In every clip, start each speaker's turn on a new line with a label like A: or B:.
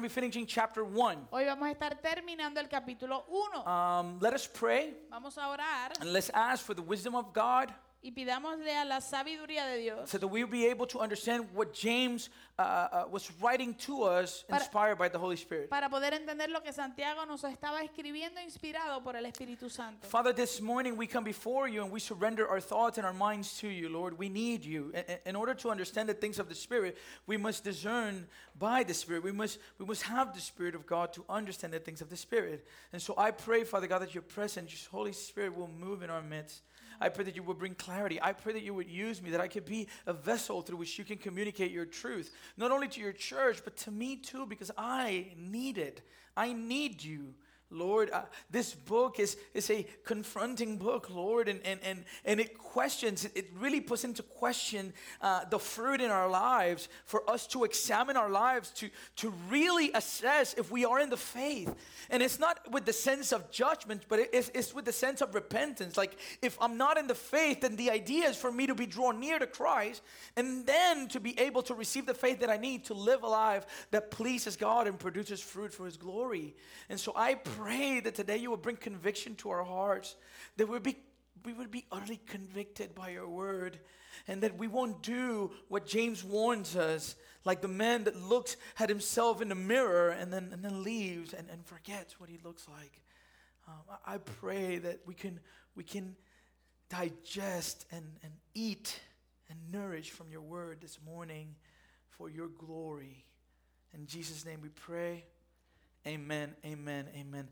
A: be finishing chapter 1.
B: Hoy vamos a estar terminando el capítulo 1.
A: Um, let us pray
B: Vamos a orar
A: and let's ask for the wisdom of God
B: y pidámosle a la sabiduría de Dios
A: so that we'll be able to understand what James uh, uh, was writing to us,
B: Para-
A: inspired by the Holy Spirit.
B: para poder entender lo que Santiago nos estaba escribiendo inspirado por el Espíritu Santo.
A: Father, this morning we come before you and we surrender our thoughts and our minds to you, Lord. We need you. I- I- In order to understand the things of the Spirit, we must discern by the Spirit. We must, we must have the Spirit of God to understand the things of the Spirit. And so I pray, Father God, that your presence, your Holy Spirit, will move in our midst. I pray that you would bring clarity. I pray that you would use me, that I could be a vessel through which you can communicate your truth, not only to your church, but to me too, because I need it. I need you. Lord, uh, this book is, is a confronting book, Lord, and, and, and, and it questions, it- it really puts into question uh, the fruit in our lives for us to examine our lives, to, to really assess if we are in the faith. And it's not with the sense of judgment, but it- it's, it's with the sense of repentance. Like, if I'm not in the faith, then the idea is for me to be drawn near to Christ and then to be able to receive the faith that I need to live a life that pleases God and produces fruit for His glory. And so I pray that today you will bring conviction to our hearts, that we'll be, we will be utterly convicted by your word, and that we won't do what James warns us, like the man that looks at himself in the mirror and then, and then leaves and, and forgets what he looks like. Um, I- I pray that we can, we can digest and, and eat and nourish from your word this morning for your glory. In Jesus' name we pray. Amen, amen, amen.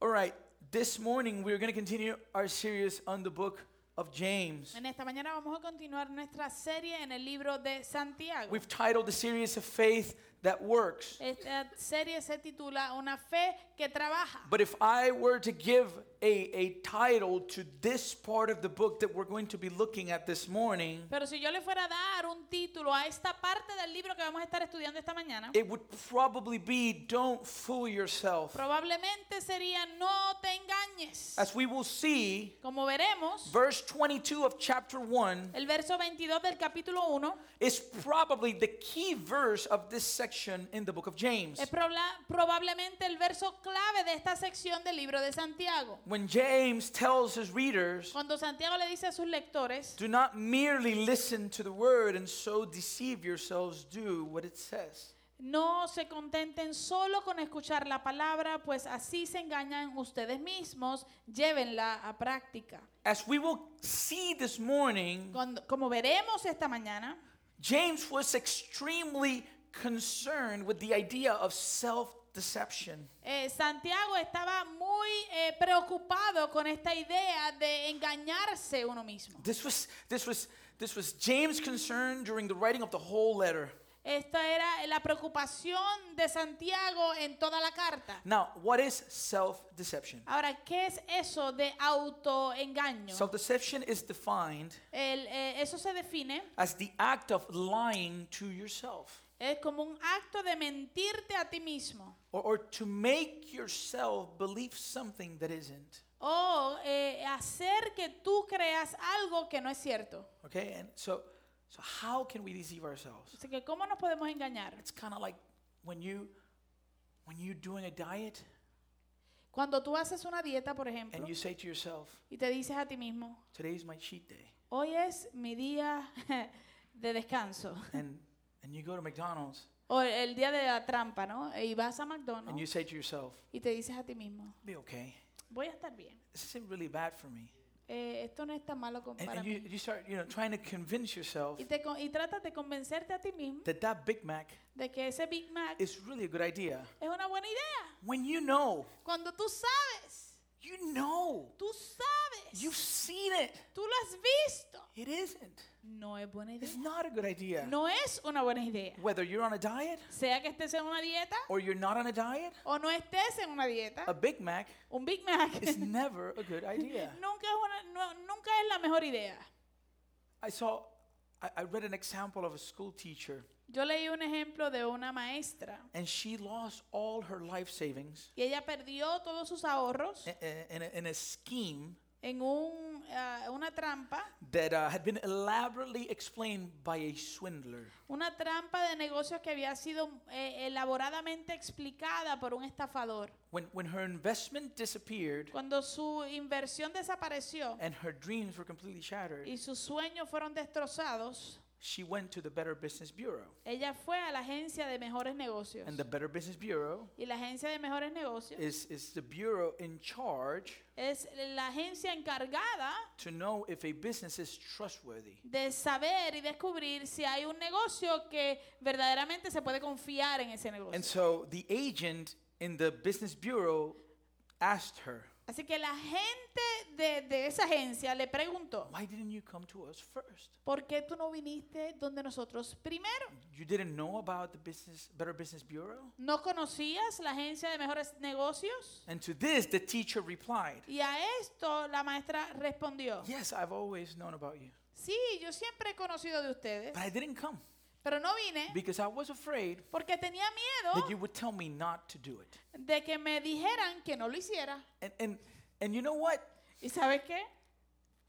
A: All right, this morning we're going to continue our series on the book of James.
B: En esta mañana vamos a continuar nuestra serie en el libro de Santiago.
A: We've titled the series of faith that works.
B: Esta serie se titula Una fe que trabaja.
A: But if I were to give a, a title to this part of the book that we're going to be looking at this morning,
B: Pero si yo le fuera a dar un título a esta parte del libro que vamos a estar estudiando esta mañana,
A: it would probably be Don't Fool Yourself.
B: probablemente sería No te engañes.
A: As we will see,
B: Como veremos,
A: verse 22 of chapter 1
B: el verso 22 del capítulo 1
A: is probably the key verse of this section in the book of James.
B: es probla- probablemente el verso clave de esta sección del libro de Santiago.
A: When James tells his readers,
B: Cuando Santiago le dice a sus lectores,
A: do not merely listen to the word and so deceive yourselves, do what it says.
B: No se contenten solo con escuchar la palabra, pues así se engañan ustedes mismos, llévenla a práctica.
A: As we will see this morning,
B: Cuando- como veremos esta mañana,
A: James was extremely concerned with the idea of self deception.
B: eh, Santiago estaba muy eh, preocupado con esta idea de engañarse uno mismo.
A: This was, this, was, this was James' concern during the writing of the whole letter.
B: Esta era la preocupación de Santiago en toda la carta.
A: Now, what is self deception?
B: Ahora, ¿qué es eso de autoengaño?
A: Self deception is defined
B: El, eh, eso se define
A: as the act of lying to yourself
B: es como un acto de mentirte a ti mismo.
A: or, or to make yourself believe something that isn't.
B: o eh, hacer que tú creas algo que no es cierto.
A: Okay? And so, so how can we deceive ourselves?
B: Así que, ¿cómo nos podemos engañar?
A: It's kind of like when you when you're doing a diet
B: Cuando tú haces una dieta, por ejemplo,
A: and you say to yourself,
B: y te dices a ti mismo,
A: "Today is my cheat day."
B: hoy es mi día de descanso,
A: And and you go to McDonald's
B: o el día de la trampa, ¿no? E, Y vas a
A: and you
B: McDonald's
A: say to yourself,
B: y te dices a ti mismo,
A: "Be okay.
B: voy a estar bien,
A: This isn't really bad for me."
B: Eh, esto no es tan malo con-
A: And,
B: para
A: and you,
B: mí.
A: you start, you know, trying to convince yourself
B: Y, te, con- y tratas de convencerte a ti mismo
A: that that Big Mac
B: de que ese Big Mac
A: is really a good idea.
B: es una buena idea.
A: When you know,
B: Cuando tú sabes,
A: you know,
B: tú sabes,
A: you've seen it.
B: tú lo has visto.
A: It isn't.
B: No es buena idea.
A: It's not a good idea.
B: No es una buena idea.
A: Whether you're on a diet
B: Sea que estés en una dieta
A: or you're not on a diet,
B: o no estés en una dieta,
A: a Big Mac
B: un Big Mac
A: is never a good idea.
B: nunca, es una- no- nunca es la mejor idea.
A: I saw, I, I read an example of a school teacher,
B: Yo leí un ejemplo de una maestra
A: and she lost all her life savings Eh.
B: y ella perdió todos sus ahorros
A: i- i- in a, in a scheme
B: en un, ah, una trampa,
A: that uh, had been elaborately explained by a swindler.
B: una trampa de negocios que había sido eh, elaboradamente explicada por un estafador.
A: When, when her investment disappeared
B: Cuando su inversión desapareció
A: and her dreams were completely shattered,
B: y sus sueños fueron destrozados,
A: she went to the Better Business Bureau.
B: ella fue a la agencia de mejores negocios.
A: And the Better Business Bureau
B: Y la agencia de mejores negocios
A: is, is the bureau in charge
B: es la agencia encargada
A: to know if a business is trustworthy.
B: de saber y descubrir si hay un negocio que verdaderamente se puede confiar en ese
A: And
B: negocio.
A: so the agent in the business bureau asked her,
B: Así que la gente de, de esa agencia le preguntó,
A: Why didn't you come to us first?
B: ¿por qué tú no viniste donde nosotros primero?
A: You didn't know about the business, Better Business Bureau?
B: ¿No conocías la agencia de mejores negocios?
A: And to this, the teacher replied,
B: Y a esto la maestra respondió,
A: Yes, I've always known about you.
B: sí, yo siempre he conocido de ustedes,
A: But I didn't come
B: pero no vine
A: because I was afraid
B: porque tenía
A: that
B: miedo
A: you would tell me not to do it.
B: de que me dijeran que no lo hiciera.
A: And, and, and you know what?
B: ¿Y sabes qué?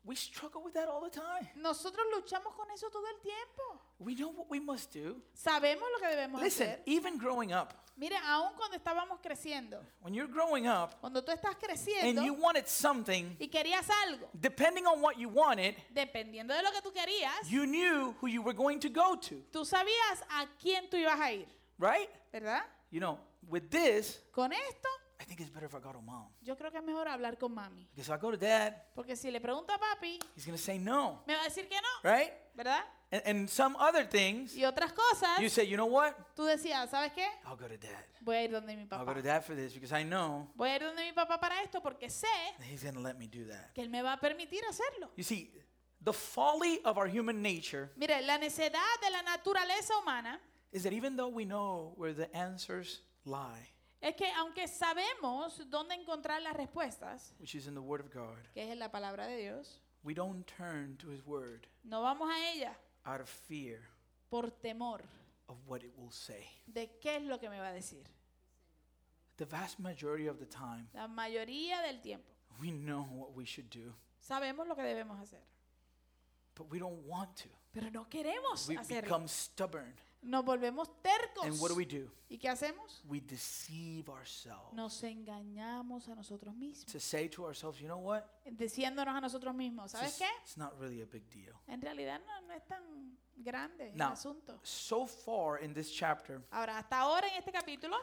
A: We struggle with that all the time.
B: Nosotros luchamos con eso todo el tiempo.
A: We know what we must do.
B: Sabemos lo que debemos
A: Listen,
B: hacer.
A: even growing up,
B: Mira, aún cuando estábamos creciendo,
A: when you're growing up
B: cuando tú estás
A: and
B: creciendo
A: you wanted something,
B: y querías algo,
A: depending on what you wanted,
B: dependiendo de lo que tú querías,
A: you knew who you were going to go to,
B: tú sabías a quién tú ibas a ir,
A: right?
B: ¿verdad?
A: You know, with this,
B: Con esto,
A: I think it's better if I go to mom.
B: yo creo que es mejor hablar con mami.
A: Because if I go to dad,
B: Porque si le pregunto a papi,
A: he's going to say no,
B: me va a decir que no,
A: right?
B: ¿verdad?
A: And, and some other things,
B: Y otras cosas,
A: you say, you know what?
B: tú decías, ¿sabes qué?
A: I'll go to dad.
B: Voy a ir donde mi
A: I'll go
B: papá.
A: to dad for this because I know
B: Voy a ir donde mi papá para esto porque sé
A: that he's going to let me do that.
B: que él me va a permitir hacerlo.
A: You see, the folly of our human nature
B: Mira, la necedad de la naturaleza humana
A: is that even though we know where the answers lie,
B: es que aunque sabemos dónde encontrar las respuestas,
A: which is in the Word of God,
B: que es en la palabra de Dios,
A: we don't turn to His Word
B: no vamos a ella
A: out of fear
B: por temor
A: of what it will say.
B: de qué es lo que me va a decir.
A: The vast majority of the time,
B: La mayoría del tiempo
A: we know what we should do,
B: sabemos lo que debemos hacer,
A: but we don't want to.
B: pero no queremos
A: We
B: hacerlo.
A: become stubborn.
B: Nos volvemos
A: And what do
B: tercos.
A: we do?
B: ¿Y qué hacemos?
A: We deceive ourselves
B: Nos engañamos a nosotros mismos,
A: to say to ourselves, you know what?
B: diciéndonos a nosotros mismos,
A: It's
B: ¿sabes
A: just-
B: qué?
A: It's not really a big deal.
B: En realidad no, no es tan grande el
A: Now,
B: asunto.
A: So far in this chapter,
B: Ahora, hasta ahora en este capítulo,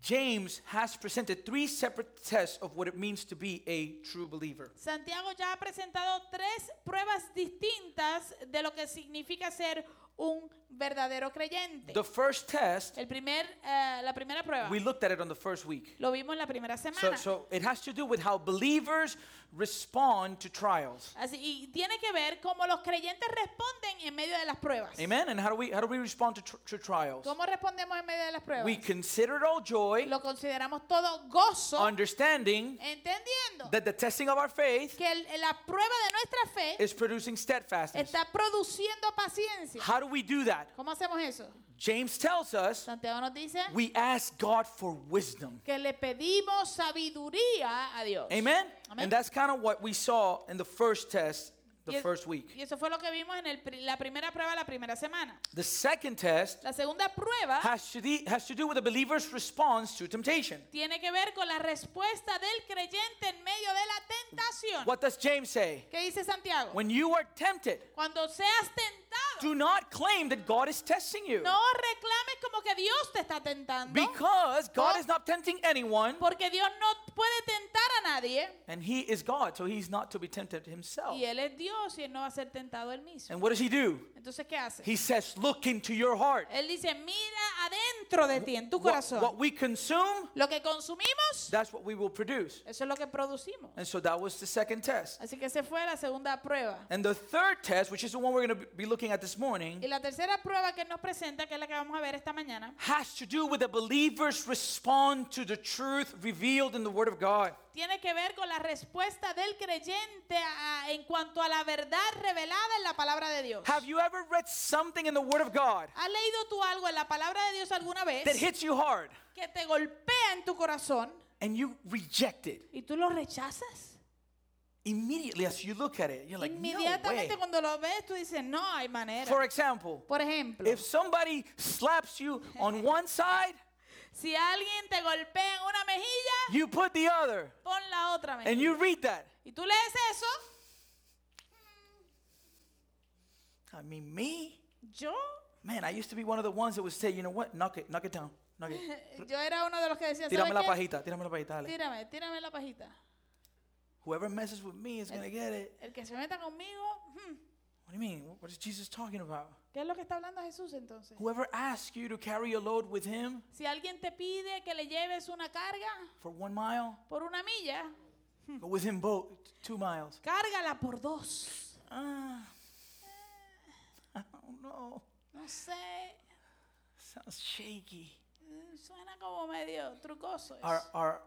A: James has presented three separate tests of what it means to be a true believer.
B: Santiago ya ha presentado tres pruebas distintas de lo que significa ser un verdadero creyente.
A: The first test,
B: El primer, eh, la primera prueba
A: we looked at it on the first week.
B: lo vimos la primera
A: So,
B: semana.
A: so it has to do with how believers respond to trials.
B: Así, y tiene que ver cómo los creyentes responden en medio de las pruebas.
A: Amen. And how do we how do we respond to, tr- to trials?
B: ¿Cómo respondemos en medio de las pruebas?
A: We consider it all joy,
B: Lo consideramos todo gozo,
A: understanding
B: entendiendo
A: that the testing of our faith
B: que el- la prueba de nuestra fe
A: is producing steadfastness.
B: está produciendo paciencia.
A: How do we do that?
B: ¿Cómo hacemos eso?
A: James tells us
B: Santiago nos dice
A: we ask God for wisdom.
B: que le pedimos sabiduría a Dios.
A: Amen?
B: Amen.
A: And that's kind of what we saw in the first test the
B: Y es-
A: first week.
B: Y eso fue lo que vimos en el pri- la primera prueba la primera semana.
A: The second test
B: La segunda prueba
A: has to, de- has to do with a believer's response to temptation.
B: tiene que ver con la respuesta del creyente en medio de la tentación.
A: What does James say?
B: ¿Qué dice Santiago?
A: When you are tempted,
B: Cuando seas tentado,
A: do not claim that God is testing you.
B: no reclames como que Dios te está tentando,
A: Because God
B: No.
A: is not tempting anyone,
B: porque Dios no puede tentar a nadie.
A: and He is God, so He's not to be tempted Himself.
B: Y Él es Dios y Él no va a ser tentado Él mismo.
A: And what does He do?
B: Entonces, ¿qué hace?
A: He says, Look into your heart.
B: Él dice, mira adentro de ti, en tu
A: What, what
B: corazón.
A: we consume,
B: Lo que consumimos,
A: that's what we will produce.
B: eso es lo que producimos.
A: And so that was the second test.
B: Así que se fue la segunda prueba.
A: And the third test, which is the one we're going to be looking at this
B: Y
A: morning,
B: la tercera prueba que nos presenta, que es la que vamos a ver esta mañana,
A: has to do with the believer's response to the truth revealed in the Word of God.
B: tiene que ver con la respuesta del creyente a- en cuanto a la verdad revelada en la palabra de Dios.
A: Have you ever read something in the Word of God
B: ¿Has leído tú algo en la palabra de Dios alguna vez
A: that hits you hard
B: que te golpea en tu corazón
A: and you reject it?
B: y tú lo rechazas?
A: Immediately, as you look at it, you're like, no way.
B: Inmediatamente cuando lo ves, tú dices, no hay manera.
A: For example,
B: Por ejemplo,
A: if somebody slaps you on one side,
B: si alguien te golpea en una mejilla,
A: you put the other,
B: pon la otra
A: and
B: mejilla.
A: you read that.
B: Y tú lees eso,
A: I mean, me,
B: yo,
A: man, I used to be one of the ones that would say, you know what, knock it, knock it down, knock it.
B: yo era uno de los que decía,
A: Tírame
B: "¿Sabes
A: la
B: qué?
A: pajita, tírame la pajita, dale.
B: Tírame, tírame la pajita.
A: Whoever messes with me is gonna get it.
B: El que se meta conmigo, hmm,
A: What do you mean? What is Jesus talking about?
B: ¿qué es lo que está hablando Jesús entonces?
A: Whoever asks you to carry a load with him
B: Si alguien te pide que le lleves una carga
A: for one mile,
B: por una milla,
A: go with him both two miles.
B: cárgala por dos.
A: Ah, I don't know.
B: No sé,
A: Sounds shaky.
B: mm, suena como medio trucoso. eso.
A: Our our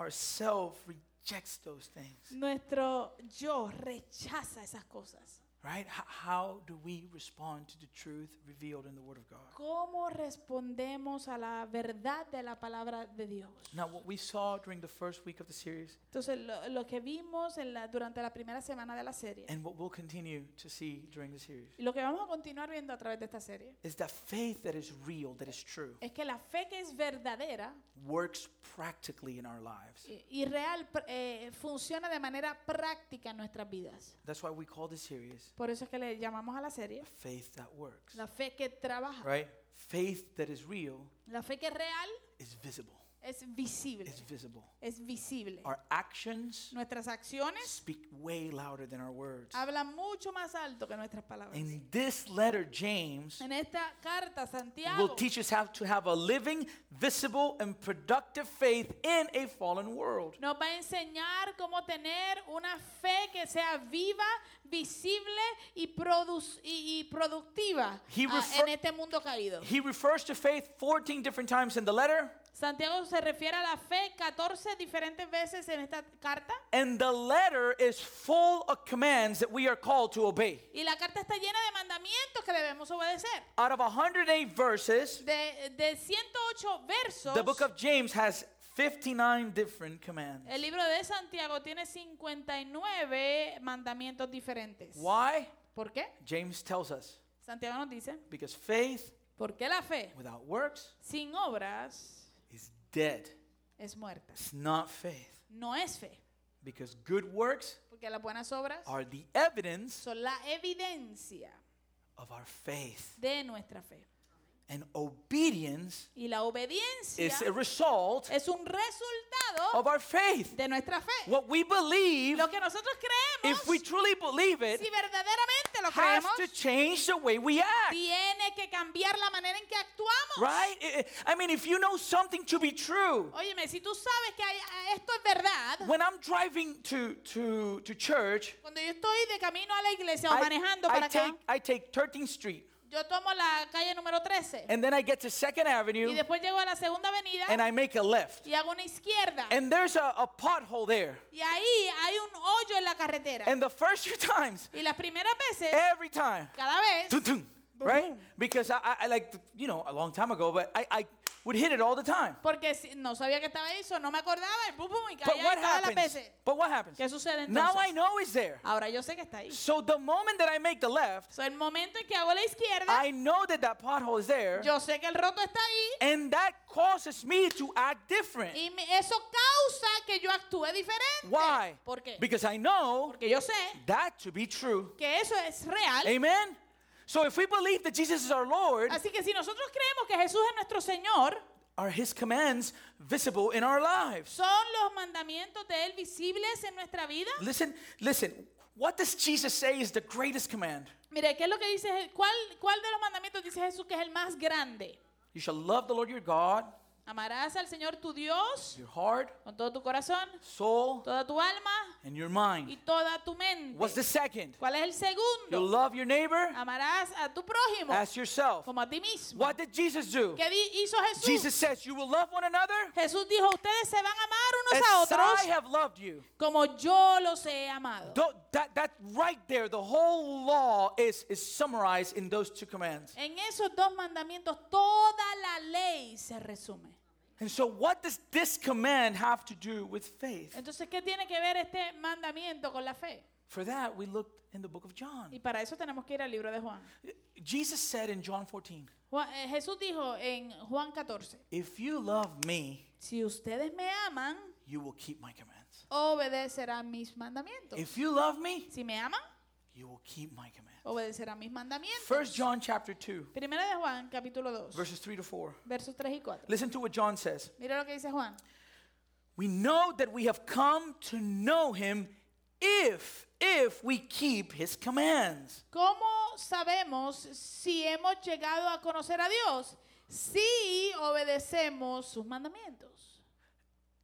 A: our self rejects those things,
B: Nuestro yo rechaza esas cosas.
A: right? H- how do we respond to the truth revealed in the Word of God?
B: ¿Cómo respondemos a la verdad de la palabra de Dios?
A: Now, what we saw during the first week of the series,
B: Entonces, lo, lo que vimos en la- durante la primera semana de la serie
A: and what we'll continue to see during the series,
B: y lo que vamos a continuar viendo a través de esta serie
A: is that faith that is real, that is true,
B: es que la fe que es verdadera
A: works practically in our lives.
B: y, y real pr- eh, funciona de manera práctica en nuestras vidas.
A: That's why we call this series
B: Por eso es que le llamamos a la serie
A: Faith That Works.
B: la fe que trabaja.
A: Right? Faith that is real
B: La fe que es real
A: is visible.
B: es visible.
A: It's visible.
B: Es visible.
A: Our actions
B: Nuestras acciones
A: speak way louder than our words.
B: hablan mucho más alto que nuestras palabras.
A: In this letter, James
B: En esta carta,
A: will
B: Santiago
A: teach us how to have a living, visible, and productive faith in a fallen world.
B: nos va a enseñar cómo tener una fe que sea viva, visible y, produc- y, y productiva
A: He
B: ah,
A: refer-
B: en este mundo caído.
A: He refers to faith 14 different times in the letter,
B: Santiago se refiere a la fe 14 diferentes veces en esta carta
A: and the letter is full of commands that we are called to obey.
B: y la carta está llena de mandamientos que debemos obedecer.
A: Out of 108 verses,
B: De, de 108 versos,
A: the book of James has 59 different commands.
B: el libro de Santiago tiene 59 mandamientos diferentes.
A: Why?
B: ¿Por qué?
A: James tells us
B: Santiago nos dice,
A: because faith
B: ¿por qué la fe
A: without works
B: sin obras
A: is dead.
B: es muerta?
A: It's not faith
B: No es fe,
A: because good works
B: porque las buenas obras
A: are the evidence
B: son la evidencia
A: of our faith,
B: de nuestra fe.
A: and obedience
B: Y la obediencia
A: is a result
B: es un resultado
A: of our faith.
B: de nuestra fe.
A: What we believe,
B: Lo que nosotros creemos,
A: if we truly believe it,
B: si verdaderamente lo
A: has
B: creemos,
A: to change the way we act.
B: tiene que cambiar la manera en que actuamos.
A: Right? I- I I mean, if you know something to be true,
B: Óyeme, si tú sabes que hay- a- esto es verdad,
A: when I'm driving to to to church,
B: cuando yo estoy de camino a la iglesia o
A: I,
B: manejando para
A: I
B: acá,
A: take I take 13th Street.
B: yo tomo la calle número 13
A: And then I get to Second
B: y
A: Avenue
B: después llego a la segunda avenida
A: and I make a left.
B: y hago una izquierda
A: And there's a, a pothole there.
B: y ahí hay un hoyo en la carretera.
A: And the first few times,
B: Y las primeras veces,
A: every time,
B: cada vez,
A: dun, dun, right? Because I, I, I like, you know, a long time ago, but I, I would hit it all the time.
B: porque si- no sabía que estaba eso, no me acordaba, y pum, pum, y
A: But
B: caía
A: what
B: ahí todas las
A: happens?
B: veces.
A: But what happens?
B: ¿Qué sucede
A: Now
B: entonces?
A: I know it's there.
B: Ahora yo sé que está ahí.
A: So the moment that I make the left,
B: So, el momento en que hago la izquierda,
A: I know that that pothole is there.
B: yo sé que el roto está ahí
A: And that causes me to act different.
B: y me- eso causa que yo actúe diferente.
A: Why?
B: ¿Por qué?
A: Because I know
B: Porque yo sé
A: that to be true.
B: que eso es real.
A: Amen? So if we believe that Jesus is our Lord,
B: Así que si nosotros creemos que Jesús es nuestro Señor,
A: are his commands visible in our lives?
B: ¿son los mandamientos de Él visibles en nuestra vida?
A: Listen, listen. What does Jesus say is the greatest command?
B: Mire, ¿qué es lo que dice? Je- ¿Cuál, cuál de los mandamientos dice Jesús que es el más grande?
A: You shall love the Lord your God,
B: Amarás al Señor tu Dios
A: your heart,
B: con todo tu corazón,
A: soul,
B: toda tu alma
A: and your
B: y
A: mind.
B: toda tu mente.
A: What's the second?
B: ¿Cuál es el
A: You'll
B: segundo?
A: love your neighbor
B: Amarás a tu prójimo
A: as yourself.
B: como a ti mismo.
A: What did Jesus do?
B: ¿Qué di- hizo Jesús?
A: Jesus says, You will love one another
B: Jesús dijo, ustedes se van a
A: as
B: amar unos a
A: I
B: otros
A: have loved you.
B: como yo los he amado.
A: Tho- That, that right there, the whole law is, is summarized in those two commands.
B: En esos dos mandamientos toda la ley se resume.
A: And so, what does this command have to do with faith?
B: Entonces, ¿qué tiene que ver este mandamiento con la fe?
A: For that, we looked in the book of John.
B: Y para eso tenemos que ir al libro de Juan.
A: Jesus said in John 14,
B: Juan- eh, Jesús dijo en Juan 14,
A: If you love me,
B: si ustedes me aman,
A: you will keep my commands.
B: obedecerán mis mandamientos.
A: If you love me,
B: Si me aman,
A: you will keep my commands.
B: obedecerán mis mandamientos.
A: First John chapter 2,
B: Primera de Juan, capítulo 2,
A: verses 3 to 4.
B: versos 3 y 4.
A: Listen to what John says.
B: Mira lo que dice Juan.
A: We know that we have come to know him if if we keep his commands.
B: ¿Cómo sabemos si hemos llegado a conocer a Dios? Si obedecemos sus mandamientos.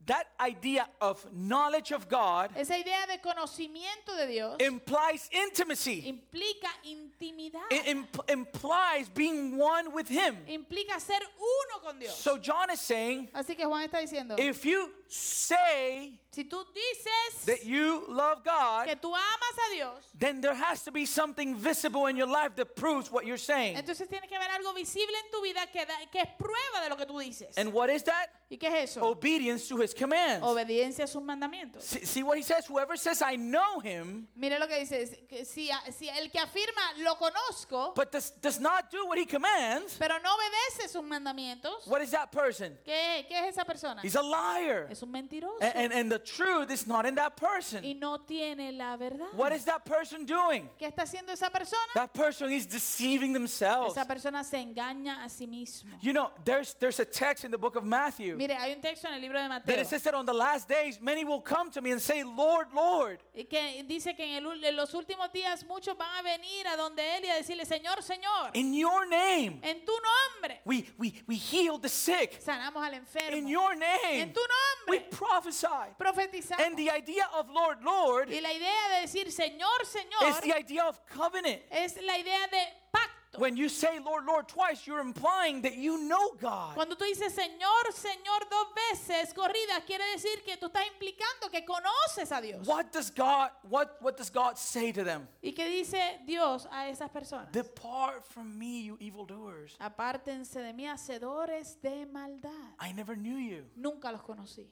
A: That idea of knowledge of God
B: Esa idea de conocimiento de Dios
A: implies intimacy.
B: implica intimidad,
A: It imp- implies being one with him.
B: implica ser uno con Dios.
A: So John is saying
B: Así que Juan está diciendo,
A: if you say
B: si tú dices
A: that you love God,
B: que tú amas a Dios,
A: then there has to be something visible in your life that proves what you're saying.
B: entonces tiene que haber algo visible en tu vida que, da- que es prueba de lo que tú dices.
A: And what is that?
B: ¿Y qué es eso?
A: Obedience to his commands.
B: Obediencia a sus mandamientos.
A: See, see what he says? Whoever says, I know him,
B: Mira lo que dice, es que si, a- si el que afirma lo conozco,
A: but does, does not do what he commands,
B: pero no obedece sus mandamientos,
A: what is that person?
B: ¿qué, qué es esa persona?
A: He's a liar.
B: Es un mentiroso
A: And, and, and the truth is not in that
B: y
A: person.
B: no tiene la verdad.
A: What is that person doing?
B: ¿Qué está haciendo esa persona?
A: That person is deceiving themselves.
B: Esa persona se engaña a sí mismo.
A: You know, there's, there's a text in the book of Matthew
B: Mire, hay un texto en el libro de
A: that
B: Mateo
A: it says that on the last days, many will come to me and say, Lord, Lord.
B: y que dice que en, el ul- en los últimos días muchos van a venir a donde él y a decirle, Señor, Señor,
A: In your name,
B: en tu nombre
A: we, we, we healed the sick.
B: sanamos al
A: In
B: enfermo.
A: your name,
B: En tu
A: we
B: nombre
A: prophesied. And
B: profetizamos.
A: the idea of Lord, Lord
B: Y la idea de decir Señor,
A: is
B: Señor
A: the idea of covenant.
B: es la idea de pacto.
A: When you say Lord, Lord twice, you're implying that you know God.
B: Cuando tú dices Señor, Señor dos veces corridas, quiere decir que tú estás implicando que conoces a Dios.
A: What does God what what does God say to them?
B: ¿Y qué dice Dios a esas personas?
A: Depart from me, you evildoers.
B: Apártense de mí, hacedores de maldad.
A: I never knew you.
B: Nunca los conocí.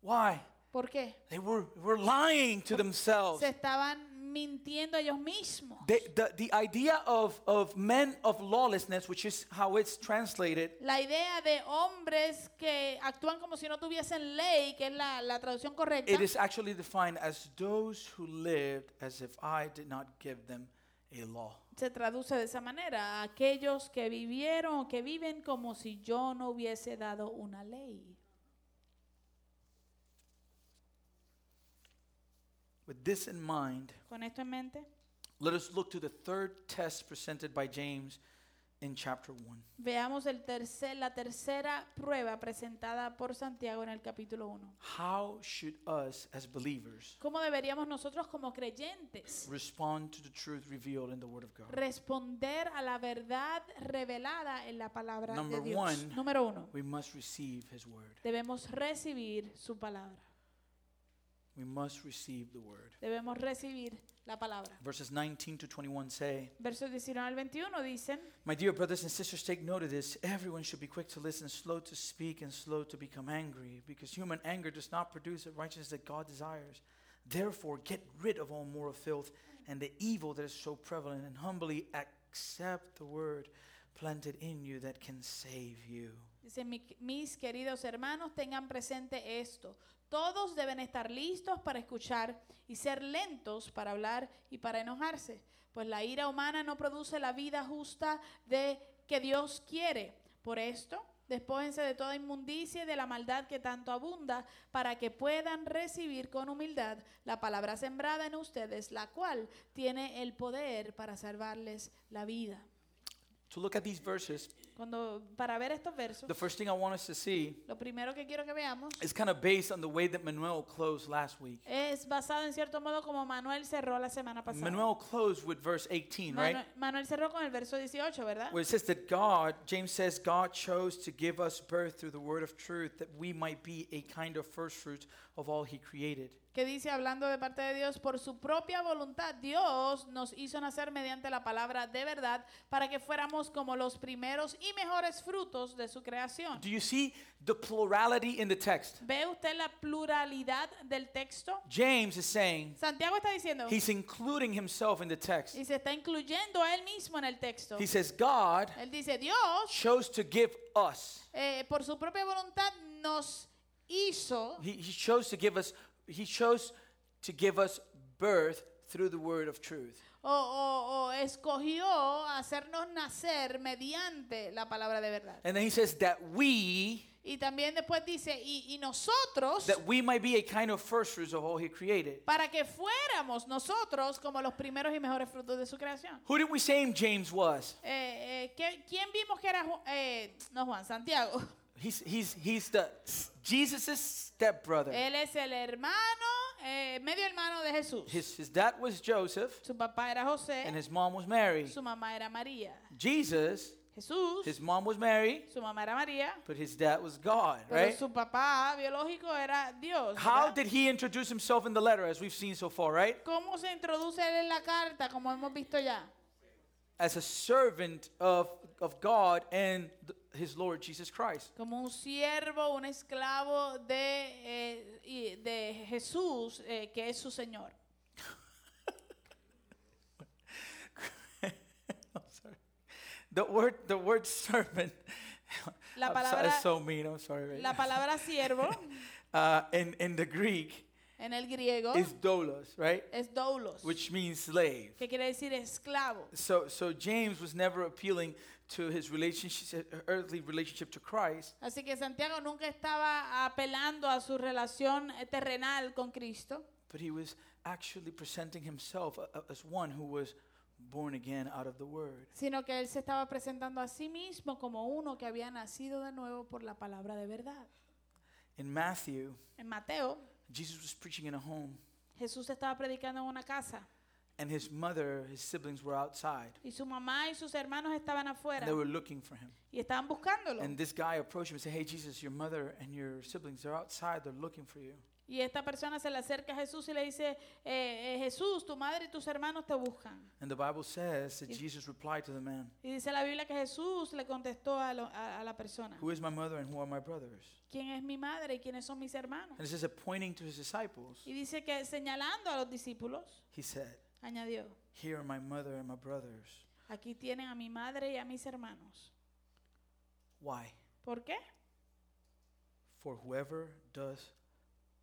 A: Why?
B: ¿Por qué?
A: They were were lying to themselves.
B: Se estaban mintiendo a ellos mismos.
A: The, the, the idea of, of men of lawlessness, which is how it's translated,
B: La idea de hombres que actúan como si no tuviesen ley, que es la, la traducción correcta,
A: it is actually defined as those who lived as if I did not give them a law.
B: se traduce de esa manera. Aquellos que vivieron o que viven como si yo no hubiese dado una ley.
A: With this in mind,
B: Con esto en mente,
A: Let us look to the third test presented by James in chapter 1.
B: veamos el tercer, la tercera prueba presentada por Santiago en el capítulo 1.
A: How should us as believers
B: ¿Cómo deberíamos nosotros como creyentes
A: respond to the truth revealed in the Word of God?
B: responder a la verdad revelada en la palabra
A: Number
B: de Dios?
A: one.
B: Número uno,
A: We must receive His Word.
B: debemos recibir su palabra.
A: We must receive the Word.
B: Debemos recibir la palabra.
A: Verses 19 to 21 say,
B: Versos 19 al 21 dicen,
A: My dear brothers and sisters, take note of this. Everyone should be quick to listen, slow to speak, and slow to become angry, because human anger does not produce the righteousness that God desires. Therefore, get rid of all moral filth and the evil that is so prevalent, and humbly accept the word planted in you that can save you.
B: Dice, "Mi- mis queridos hermanos, tengan presente esto. Todos deben estar listos para escuchar y ser lentos para hablar y para enojarse, pues la ira humana no produce la vida justa de que Dios quiere. Por esto, despójense de toda inmundicia y de la maldad que tanto abunda, para que puedan recibir con humildad la palabra sembrada en ustedes, la cual tiene el poder para salvarles la vida.
A: To look at these verses,
B: Cuando para ver estos versos,
A: the first thing I want us to see
B: lo primero que quiero que veamos
A: is kind of based on the way that Manuel closed last week.
B: es basado en cierto modo como Manuel cerró la semana pasada.
A: Manuel closed with verse 18, right?
B: Manuel, Manuel cerró con el verso 18, ¿verdad?
A: Well, it says that God, James says, God chose to give us birth through the word of truth that we might be a kind of first fruits of all he created.
B: que dice, hablando de parte de Dios, por su propia voluntad, Dios nos hizo nacer mediante la palabra de verdad para que fuéramos como los primeros y mejores frutos de su creación.
A: Do you see the plurality in the text?
B: ¿Ve usted la pluralidad del texto?
A: James is saying
B: Santiago está diciendo,
A: he's including himself in the text.
B: y se está incluyendo a él mismo en el texto.
A: He says God
B: Él dice, Dios,
A: chose to give us.
B: eh, por su propia voluntad, nos hizo
A: He, he chose to give us. He chose to give us birth through the word of truth.
B: o, o- o escogió hacernos nacer mediante la palabra de verdad.
A: And then he says that we
B: Y también después dice, y, y nosotros,
A: that we might be a kind of first fruits of all he created.
B: para que fuéramos nosotros como los primeros y mejores frutos de su creación.
A: Who did we say James was?
B: Eh, eh, ¿qué- ¿Quién vimos que era, Ju- eh, no Juan, Santiago?
A: He's he's he's the Jesus's stepbrother.
B: Él es el hermano, eh, medio hermano de Jesús.
A: His his dad was Joseph
B: Su papá era
A: and
B: José,
A: his mom was Mary.
B: su mamá era María.
A: Jesus,
B: Jesús,
A: his mom was Mary,
B: su mamá era María,
A: but his dad was God,
B: pero
A: right?
B: su papá biológico era Dios.
A: How
B: ¿verdad?
A: did he introduce himself in the letter as we've seen so far, right?
B: ¿Cómo se introduce él en la carta, como hemos visto ya?
A: As a servant of of God and th- his Lord Jesus Christ.
B: Como un siervo, un esclavo de, eh, y- de Jesús, eh, que es su Señor.
A: I'm sorry. The word the word servant.
B: La
A: I'm so- it's
B: palabra-
A: so mean. I'm sorry. Ray.
B: La palabra siervo
A: Uh, in in the Greek
B: en el griego
A: is doulos, right?
B: es doulos,
A: Which means slave.
B: que quiere decir esclavo.
A: So so James was never appealing to his relationship earthly relationship to Christ.
B: Así que Santiago nunca estaba apelando a su relación eh, terrenal con Cristo,
A: But he was actually presenting himself a- a- as one who was born again out of the word.
B: sino que él se estaba presentando a sí mismo como uno que había nacido de nuevo por la palabra de verdad.
A: In Matthew,
B: En Mateo,
A: Jesus was preaching in a home,
B: Jesús estaba predicando en una casa
A: and his mother, his siblings were outside,
B: y su mamá y sus hermanos estaban
A: and
B: afuera
A: they were looking for him.
B: y estaban buscándolo.
A: And this guy approached him and said, "Hey, Jesus, your mother and your siblings are outside. They're looking for you."
B: Y esta persona se le acerca a Jesús y le dice, eh, eh, Jesús, tu madre y tus hermanos te buscan.
A: And the Bible says that
B: Yes.
A: Jesus replied to the man,
B: Y dice la Biblia que Jesús le contestó a, lo- a- a la persona,
A: "Who is my mother and who are my brothers?"
B: ¿quién es mi madre y quiénes son mis hermanos?
A: And this is a pointing to his disciples.
B: Y dice que señalando a los discípulos,
A: He said,
B: añadió,
A: "Here are my mother and my brothers."
B: aquí tienen a mi madre y a mis hermanos.
A: Why?
B: ¿Por qué?
A: For whoever does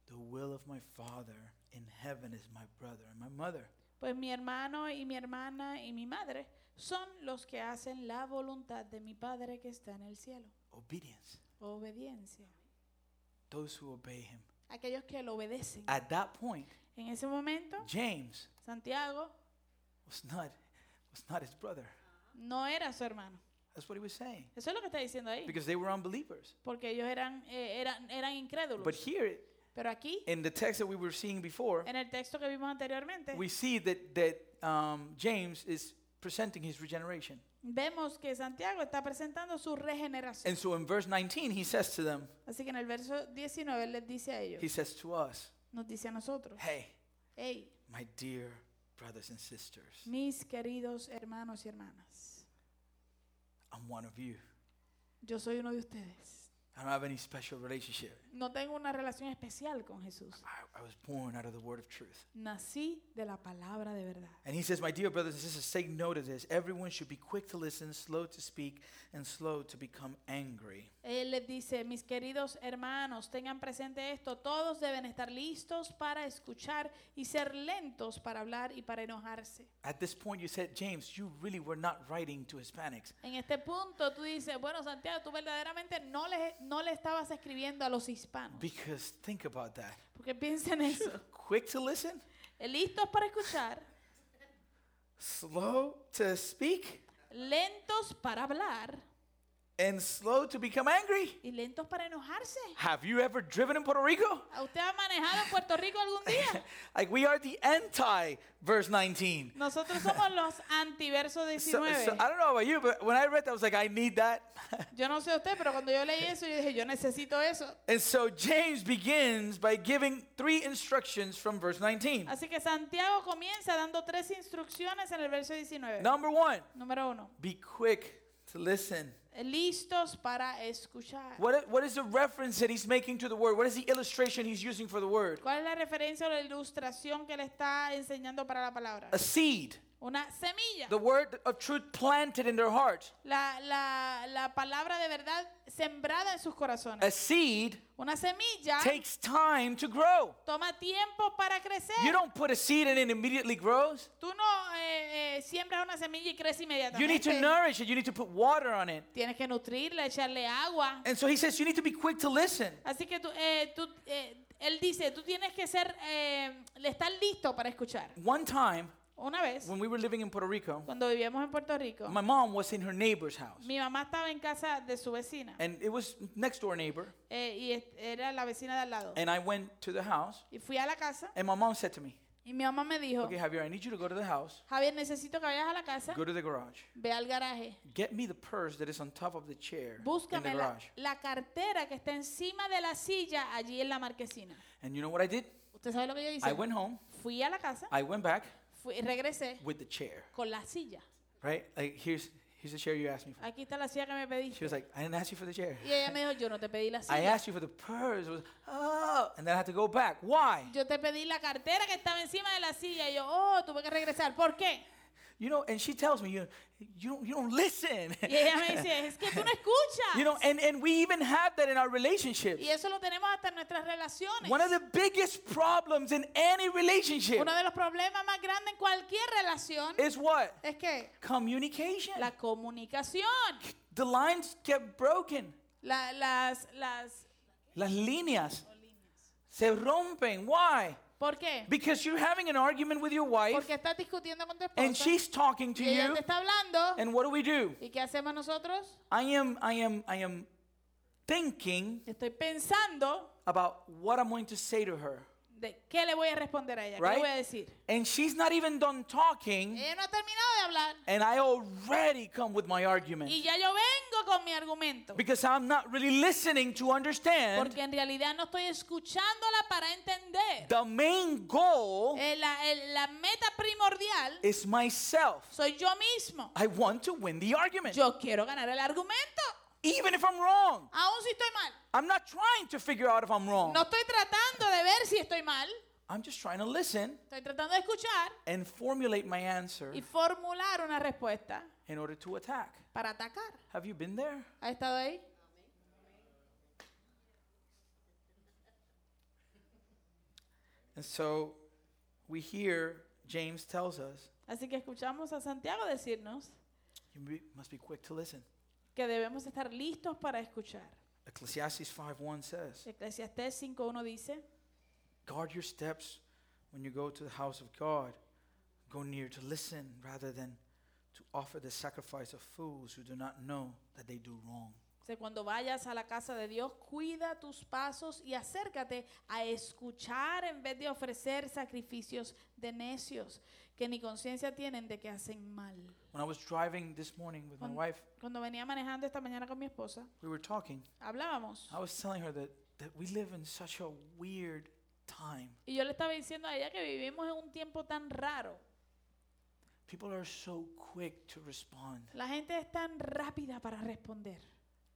A: the will of my Father in heaven is my brother and my mother.
B: Pues mi hermano y mi hermana y mi madre son los que hacen la voluntad de mi Padre que está en el cielo.
A: Obedience.
B: Obediencia.
A: Those who obey him.
B: Aquellos que lo obedecen.
A: At that point,
B: En ese momento,
A: James
B: Santiago
A: was not was not his brother.
B: no era su hermano.
A: That's what he was saying.
B: Eso es lo que está diciendo ahí.
A: Because they were unbelievers.
B: Porque ellos eran, eh, eran, eran incrédulos.
A: But here
B: Pero aquí,
A: in the text that we were seeing before,
B: en el texto que vimos anteriormente,
A: we see that that um, James is presenting his regeneration.
B: vemos que Santiago está presentando su regeneración.
A: And so in verse 19, he says to them,
B: Así que en el verso 19 él les dice a ellos,
A: he says to us,
B: nos dice a nosotros,
A: "Hey,
B: hey,
A: my dear brothers and sisters,
B: mis queridos hermanos y hermanas,
A: I'm one of you.
B: yo soy uno de ustedes.
A: I don't have any special relationship.
B: No tengo una relación especial con Jesús.
A: I, I was born out of the word of truth."
B: Nací de la palabra de verdad.
A: And he says, "My dear brothers and sisters, take note of this. Everyone should be quick to listen, slow to speak, and slow to become angry."
B: Él les dice, mis queridos hermanos, tengan presente esto, todos deben estar listos para escuchar y ser lentos para hablar y para enojarse.
A: At this point, you said, "James, you really were not writing to Hispanics."
B: En este punto tú dices, bueno Santiago, tú verdaderamente no le, no le estabas escribiendo a los hispanos.
A: Because think about that.
B: Porque piensen eso.
A: Quick to listen,
B: Eh, Listos para escuchar,
A: slow to speak,
B: lentos para hablar
A: and slow to become angry.
B: y lentos para enojarse.
A: Have you ever driven in Puerto Rico?
B: ¿A ¿Usted ha manejado en Puerto Rico algún día?
A: like we are the anti verse 19.
B: Nosotros somos los antiversos
A: So, ah.
B: 19.
A: so I don't know about you, but when I read that, I was like, I need that.
B: Yo no sé usted, pero cuando yo leí eso, yo dije, yo necesito eso.
A: and so James begins by giving three instructions from verse 19.
B: Así que Santiago comienza dando tres instrucciones en el verso 19.
A: Number one,
B: Número uno,
A: be quick to listen.
B: listos para escuchar.
A: What, i- what is the reference that he's making to the word? What is the illustration he's using for the word?
B: ¿Cuál es la referencia o la ilustración que le está enseñando para la palabra?
A: A seed,
B: Una semilla.
A: the word of truth planted in their heart.
B: La, la, la palabra de verdad sembrada en sus
A: A
B: corazones.
A: seed
B: Una semilla
A: takes time to grow.
B: toma tiempo para crecer.
A: You don't put a seed and it immediately grows.
B: Tú no eh, eh, siembras una semilla y crece
A: You need to
B: inmediatamente.
A: nourish it. You need to put water on it.
B: Tienes que nutrirla, echarle agua.
A: And so he says, you need to be quick to listen.
B: Así que tú, eh, tú, eh, él dice, tú tienes que ser, eh, estar listo para escuchar.
A: One time,
B: Una vez,
A: when we were living in Puerto Rico,
B: cuando vivíamos en Puerto Rico,
A: my mom was in her neighbor's house.
B: mi mamá estaba en casa de su vecina
A: And it was next door neighbor.
B: eh, y es- era la vecina de al lado.
A: And I went to the house.
B: Y fui a la casa
A: And my mom said to me,
B: y mi mamá me dijo,
A: Okay, Javier, I need you to go to the house,
B: Javier, necesito que vayas a la casa,
A: go to the garage,
B: ve al garaje,
A: get me the purse that is on top of the chair in the
B: búscame la,
A: garage.
B: la cartera que está encima de la silla allí en la marquesina.
A: And you know what I did?
B: ¿Usted sabe lo que yo hice?
A: I went home,
B: Fui a la casa,
A: I went back
B: fui- regresé
A: with the chair,
B: con la silla.
A: right? Like, here's, here's the chair you asked me for.
B: Aquí está la silla que me pediste.
A: She was like, I didn't ask you for the chair.
B: Y ella me dijo, yo no te pedí la
A: I
B: silla.
A: asked you for the purse. It was, oh, and then I had to go back. Why?
B: Yo te pedí la cartera que estaba encima de la silla. Y yo, oh, tuve que regresar. ¿Por qué?
A: You know, and she tells me, you, you, don't, you don't listen.
B: Y ella me dice, es que tú no escuchas.
A: you know, eh, and, and we even have that in our relationships.
B: y eso lo tenemos hasta en nuestras relaciones.
A: One of the biggest problems in any relationship
B: Uno de los problemas más grandes en cualquier relación
A: is what?
B: es que
A: Communication.
B: la comunicación,
A: The lines get broken.
B: la- las, las,
A: Las líneas se rompen. Why?
B: ¿por qué?
A: Because you're having an argument with your wife
B: Porque estás discutiendo con tu
A: and
B: esposa
A: she's talking to
B: y ella
A: you.
B: te está hablando.
A: And what do we do?
B: ¿Y qué hacemos nosotros?
A: I am I am I am thinking
B: Estoy pensando
A: about what I'm going to say to her.
B: de qué le voy a responder a ella, qué
A: Right?
B: le voy a decir.
A: And she's not even done talking
B: Ella no ha terminado de hablar.
A: and I already come with my argument.
B: Y ya yo vengo con mi argumento.
A: Because I'm not really listening to understand
B: Porque en realidad no estoy escuchándola para entender.
A: the main goal
B: Eh, la, el- la meta primordial
A: is myself.
B: soy yo mismo.
A: I want to win the argument.
B: Yo quiero ganar el argumento,
A: Even if I'm wrong.
B: aun si estoy mal.
A: I'm not trying to figure out if I'm wrong.
B: No estoy tratando de ver si estoy mal.
A: I'm just trying to listen
B: Estoy tratando de escuchar
A: and formulate my answer
B: y formular una respuesta
A: in order to attack.
B: para atacar.
A: Have you been there?
B: ¿Ha estado ahí?
A: And so we hear James tells us
B: Así que escuchamos a Santiago decirnos
A: you be- must be quick to listen.
B: que debemos estar listos para escuchar.
A: Ecclesiastes 5:1 says,
B: Eclesiastés 5.1 dice,
A: "Guard your steps when you go to the house of God. Go near to listen rather than to offer the sacrifice of fools who do not know that they do wrong."
B: Dice, cuando vayas a la casa de Dios, cuida tus pasos y acércate a escuchar en vez de ofrecer sacrificios de necios que ni conciencia tienen de que hacen mal.
A: When I was driving this morning with my
B: Cuan-
A: wife,
B: Cuando venía manejando esta mañana con mi esposa,
A: we were talking
B: hablábamos
A: I was telling her that, that we live in such a weird time.
B: y yo le estaba diciendo a ella que vivimos en un tiempo tan raro.
A: People are so quick to respond.
B: La gente es tan rápida para responder.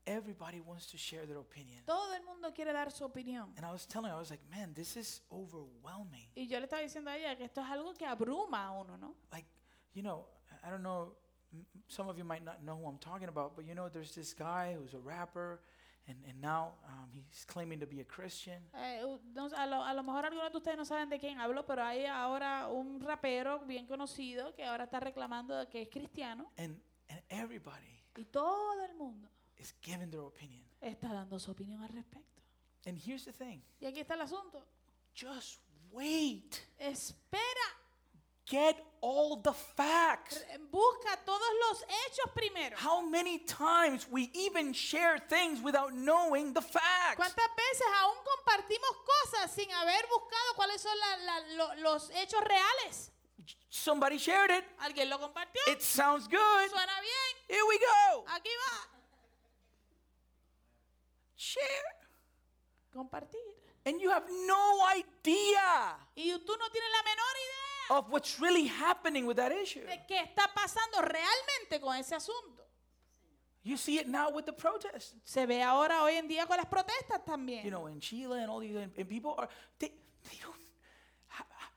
A: Everybody wants to share their opinion.
B: Todo el mundo quiere dar su opinión.
A: And I was telling her, I was like, man, this is overwhelming.
B: Y yo le estaba diciendo a ella que esto es algo que abruma a uno, ¿no?
A: Like, you know, I- I don't know, m- m- some of you might not know who I'm talking about, but you know, there's this guy who's a rapper, and, and now um, he's claiming to be a Christian.
B: Eh, u- no sé, a, lo, a lo mejor algunos de ustedes no saben de quién hablo, pero hay ahora un rapero bien conocido que ahora está reclamando de que es cristiano
A: And, and everybody
B: y todo el mundo
A: is giving their opinion.
B: está dando su opinión al respecto.
A: And here's the thing
B: Y aquí está el asunto.
A: just wait,
B: Espera,
A: get all the facts.
B: Busca todos los hechos primero.
A: How many times we even share things without knowing the facts?
B: ¿Cuántas veces aún compartimos cosas sin haber buscado cuáles son la- la- lo- los hechos reales?
A: Somebody shared it.
B: ¿Alguien lo compartió?
A: It sounds good.
B: Suena bien.
A: Here we go.
B: Aquí va.
A: Share.
B: Compartir.
A: And you have no idea
B: Y tú no tienes la menor idea
A: of what's really happening with that issue.
B: de qué está pasando realmente con ese asunto.
A: You see it now with the protests.
B: Se ve ahora hoy en día con las protestas también.
A: You know, in Chile and all these, and, and people are, they, they don't, ha- ha-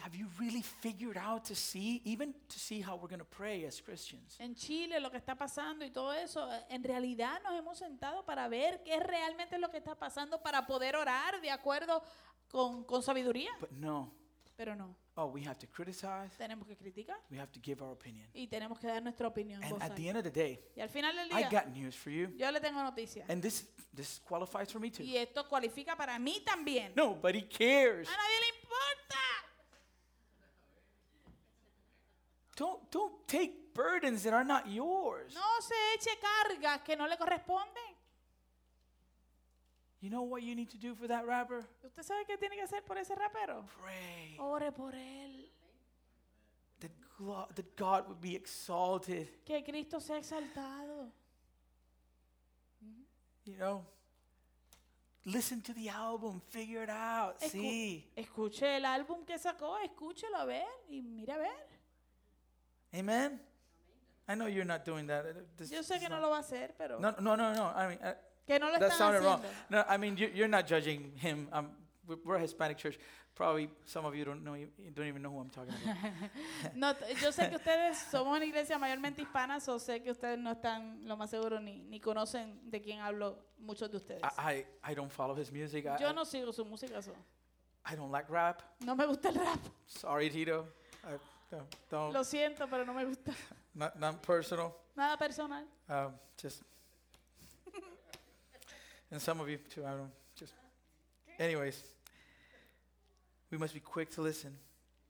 A: have you really figured out to see, even to see how we're going to pray as Christians?
B: en Chile, lo que está pasando y todo eso, eh, en realidad nos hemos sentado para ver qué es realmente lo que está pasando para poder orar de acuerdo con, con sabiduría.
A: But no.
B: Pero no,
A: Oh, we have to criticize,
B: tenemos que criticar
A: we have to give our opinion.
B: y tenemos que dar nuestra opinión.
A: And
B: voz
A: at
B: alta.
A: the end of the day,
B: Y al final del
A: I
B: día,
A: got news for you.
B: yo le tengo noticias.
A: And this this qualifies for me too.
B: Y esto cualifica para mí también.
A: Nobody cares.
B: A nadie le importa.
A: Don't don't take burdens that are not yours.
B: No se eche cargas que no le corresponden.
A: You know what you need to do for that rapper?
B: ¿Usted sabe qué tiene que hacer por ese rapero?
A: Pray
B: Ore por él.
A: that glo- that God would be exalted.
B: Que Cristo sea exaltado.
A: You know. Listen to the album, figure it out.
B: Escu-
A: See.
B: Escuche el álbum que sacó, escúchelo a ver y mira a ver.
A: Amen. I know you're not doing that. Uh, this-
B: Yo sé
A: this
B: que no
A: not-
B: lo va a hacer, pero
A: No, no, no, no. I mean, uh,
B: que no lo
A: that
B: están
A: sounded wrong.
B: haciendo.
A: No, I mean, you, you're not judging him. Um, we're- we're a Hispanic church. Probably some of you don't know, you don't even know who I'm talking about.
B: No, t- yo sé que ustedes somos una iglesia mayormente hispana, o sé que ustedes no están, lo más seguro, ni, ni conocen de quién hablo muchos de ustedes.
A: I, I, I don't follow his music. I,
B: yo no sigo su música, so.
A: I don't like rap.
B: no me gusta el rap.
A: Sorry, Tito. I don't, don't
B: Lo siento, pero no me gusta.
A: not, not personal.
B: Nada personal.
A: Um, just and some of you too. I don't just. Anyways, we must be quick to listen.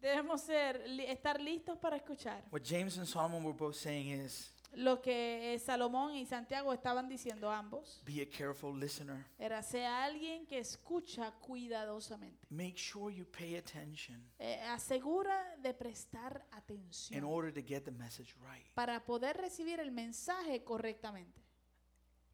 B: Debemos ser, li- estar listos para escuchar
A: What James and Solomon were both saying is,
B: lo que eh, Salomón y Santiago estaban diciendo ambos.
A: be a careful listener.
B: Era sea alguien que escucha cuidadosamente.
A: Make sure you pay attention
B: Eh, asegura de prestar
A: in
B: atención
A: order to get the message right.
B: para poder recibir el mensaje correctamente.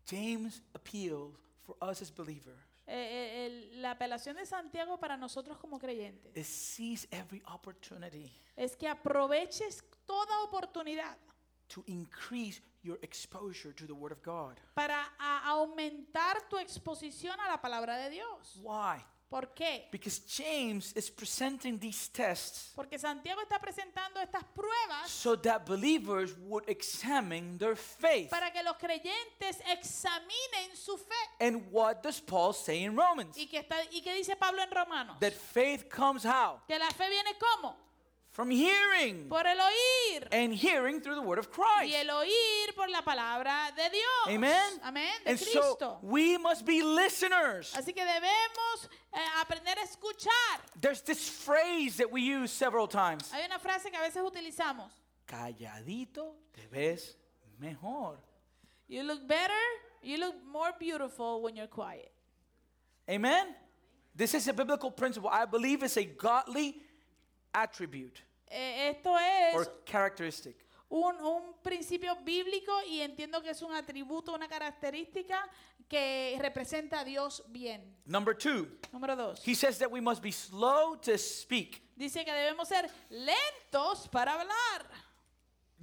A: James appeals for us as believers
B: Eh, eh, el- la apelación de Santiago para nosotros como creyentes
A: is seize every opportunity
B: es que aproveches toda oportunidad
A: to increase your exposure to the Word of God.
B: para a- aumentar tu exposición a la palabra de Dios.
A: Why?
B: ¿Por qué?
A: Because James is presenting these tests
B: Porque Santiago está presentando estas pruebas
A: so that believers would examine their faith.
B: para que los creyentes examinen su fe.
A: And what does Paul say in Romans?
B: ¿Y que, está, y que dice Pablo en Romanos?
A: That faith comes how?
B: Que la fe viene como?
A: From hearing.
B: Por el oír.
A: And hearing through the Word of
B: Y
A: Christ.
B: el oír por la palabra de Dios.
A: Amen.
B: Amén. De
A: And so
B: Cristo.
A: we must be listeners.
B: Así que debemos eh, aprender a escuchar.
A: There's this phrase that we use several times.
B: Hay una frase que a veces utilizamos.
A: Calladito te ves mejor.
B: You look better, you look more beautiful when you're quiet.
A: Amen? This is a biblical principle. I believe it's a godly attribute
B: Eh, esto es
A: or characteristic.
B: un, un principio bíblico y entiendo que es un atributo, una característica que representa a Dios bien.
A: Number two,
B: Número dos.
A: he says that we must be slow to speak.
B: Dice que debemos ser lentos para hablar.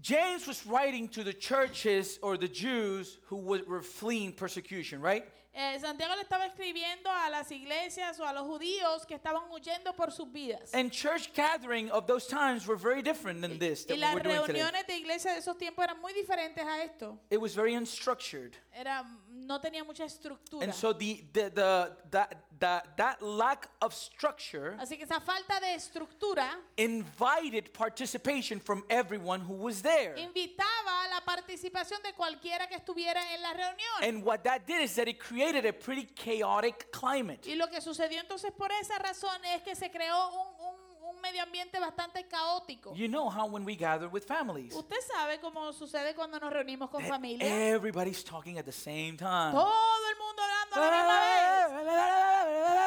A: James was writing to the churches or the Jews who were were fleeing persecution, right?
B: Eh, Santiago le estaba escribiendo a las iglesias o a los judíos que estaban huyendo por sus vidas.
A: And church gathering of those times were very different than this
B: Y
A: that
B: las
A: we're doing today.
B: reuniones de iglesia de esos tiempos eran muy diferentes a esto.
A: It was very unstructured.
B: Era, no tenía mucha estructura.
A: And so the, the, the that, that, that lack of structure
B: Así que esa falta de estructura
A: invited participation from everyone who was there.
B: invitaba a la participación de cualquiera que estuviera en la reunión.
A: And what that did is that it created a pretty chaotic climate.
B: Y lo que sucedió entonces por esa razón es que se creó un, un- un medio ambiente bastante caótico.
A: You know how when we gather with families,
B: Usted sabe cómo sucede cuando nos reunimos
A: Eh,
B: con familia.
A: everybody's talking at the same time.
B: Todo el mundo hablando a la
A: Eh.
B: misma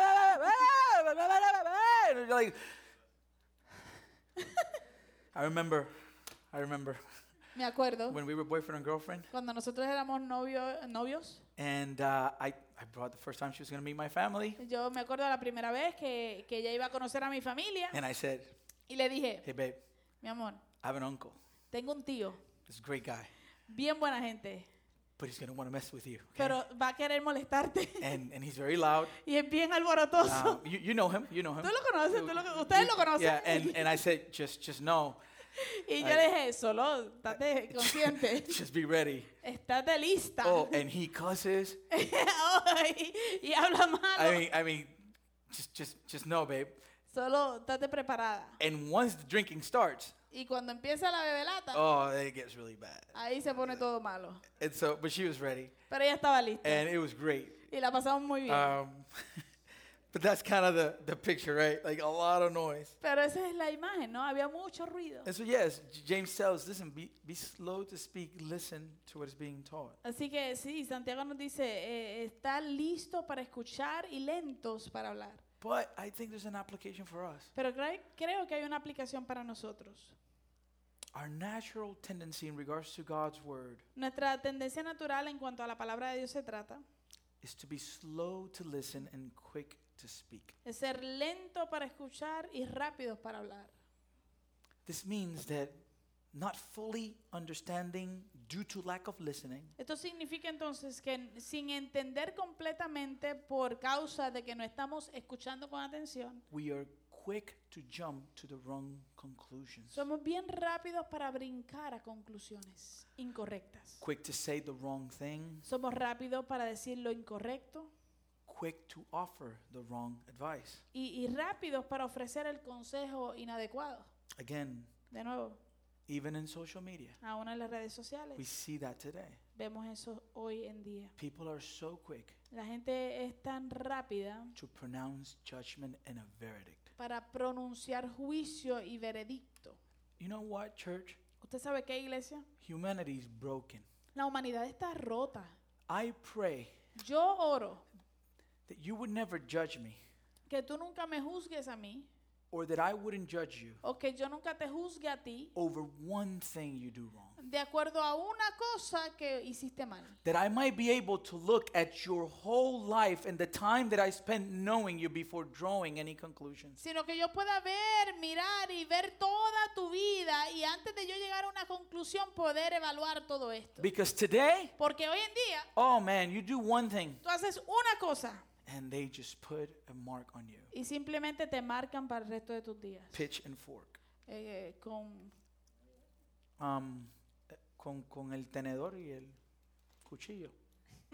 B: vez.
A: You're like- I remember, I remember
B: Me acuerdo
A: when we were boyfriend and girlfriend,
B: cuando nosotros éramos novio- novios.
A: and uh, I, I brought the first time she was gonna meet my family,
B: Yo me acuerdo la primera vez que, que ella iba a conocer a mi familia
A: and I said,
B: y le dije,
A: "Hey babe,
B: mi amor,
A: I have an uncle.
B: tengo un tío,
A: This great guy,
B: bien buena gente,
A: but he's gonna want to mess with you, okay?
B: pero va a querer molestarte
A: and and he's very loud.
B: y es bien
A: Um,
B: alborotoso.
A: you, you know him, you know him.
B: Tú lo conoces, tú lo- ustedes lo conocen.
A: Yeah, and, and I said, just just know,
B: y yo
A: I-
B: le dije, solo, estate consciente,
A: just be ready.
B: estate lista.
A: Oh, and he cusses.
B: y, y habla malo.
A: I mean, I mean, just just just know, babe.
B: solo estate preparada.
A: And once the drinking starts,
B: Y cuando empieza la bebelata,
A: oh, it gets really bad.
B: ahí se pone todo malo.
A: And so, but she was ready,
B: Pero ella estaba lista
A: and it was great.
B: y la pasamos muy bien.
A: Um, but that's kind of the the picture, right? Like a lot of noise.
B: Pero esa es la imagen, ¿no? Había mucho ruido.
A: And so, yes, J- James tells, listen, be be slow to speak, listen to what is being taught.
B: Así que sí, Santiago nos dice, eh, está listo para escuchar y lentos para hablar.
A: But I think there's an application for us.
B: Pero cre- creo que hay una aplicación para nosotros.
A: Our natural tendency in regards to God's word
B: Nuestra tendencia natural en cuanto a la palabra de Dios se trata
A: is to be slow to listen and quick to speak.
B: es ser lento para escuchar y rápidos para hablar.
A: This means that not fully understanding due to lack of listening
B: Esto significa entonces que n- sin entender completamente por causa de que no estamos escuchando con atención,
A: we are quick to jump to the wrong conclusions.
B: somos bien rápidos para brincar a conclusiones incorrectas.
A: Quick to say the wrong thing,
B: Somos rápidos para decir lo incorrecto
A: quick to offer the wrong advice.
B: y, y rápidos para ofrecer el consejo inadecuado.
A: Again,
B: De nuevo,
A: even in social media,
B: aún en las redes
A: we
B: sociales
A: see that today.
B: vemos eso hoy en día.
A: People are so quick
B: La gente es tan rápida
A: to pronounce judgment and a verdict.
B: para pronunciar juicio y veredicto.
A: You know what, church?
B: ¿Usted sabe qué, iglesia?
A: Humanity is broken.
B: La humanidad está rota.
A: I pray
B: Yo oro
A: that you would never judge me
B: que tú nunca me juzgues a mí
A: or that I wouldn't judge you
B: o que yo nunca te juzgue a ti
A: over one thing you do wrong.
B: de acuerdo a una cosa que hiciste mal.
A: That I might be able to look at your whole life and the time that I spent knowing you before drawing any conclusions.
B: Sino que yo pueda ver, mirar y ver toda tu vida y antes de yo llegar a una conclusión poder evaluar todo esto.
A: Because today,
B: Porque hoy en día
A: oh man, you do one thing
B: tú haces una cosa
A: and they just put a mark on you.
B: y simplemente te marcan para el resto de tus días.
A: Pitch and fork.
B: Eh, eh, con
A: Um, eh, con, con el tenedor y el cuchillo.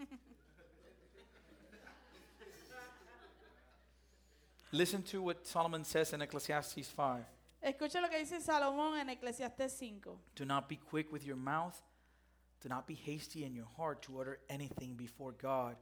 A: Listen to what Solomon says in Ecclesiastes 5.
B: Escucha lo que dice Salomón en Eclesiastés 5.
A: Do not be quick with your mouth. Do not be hasty in your heart to utter anything before God.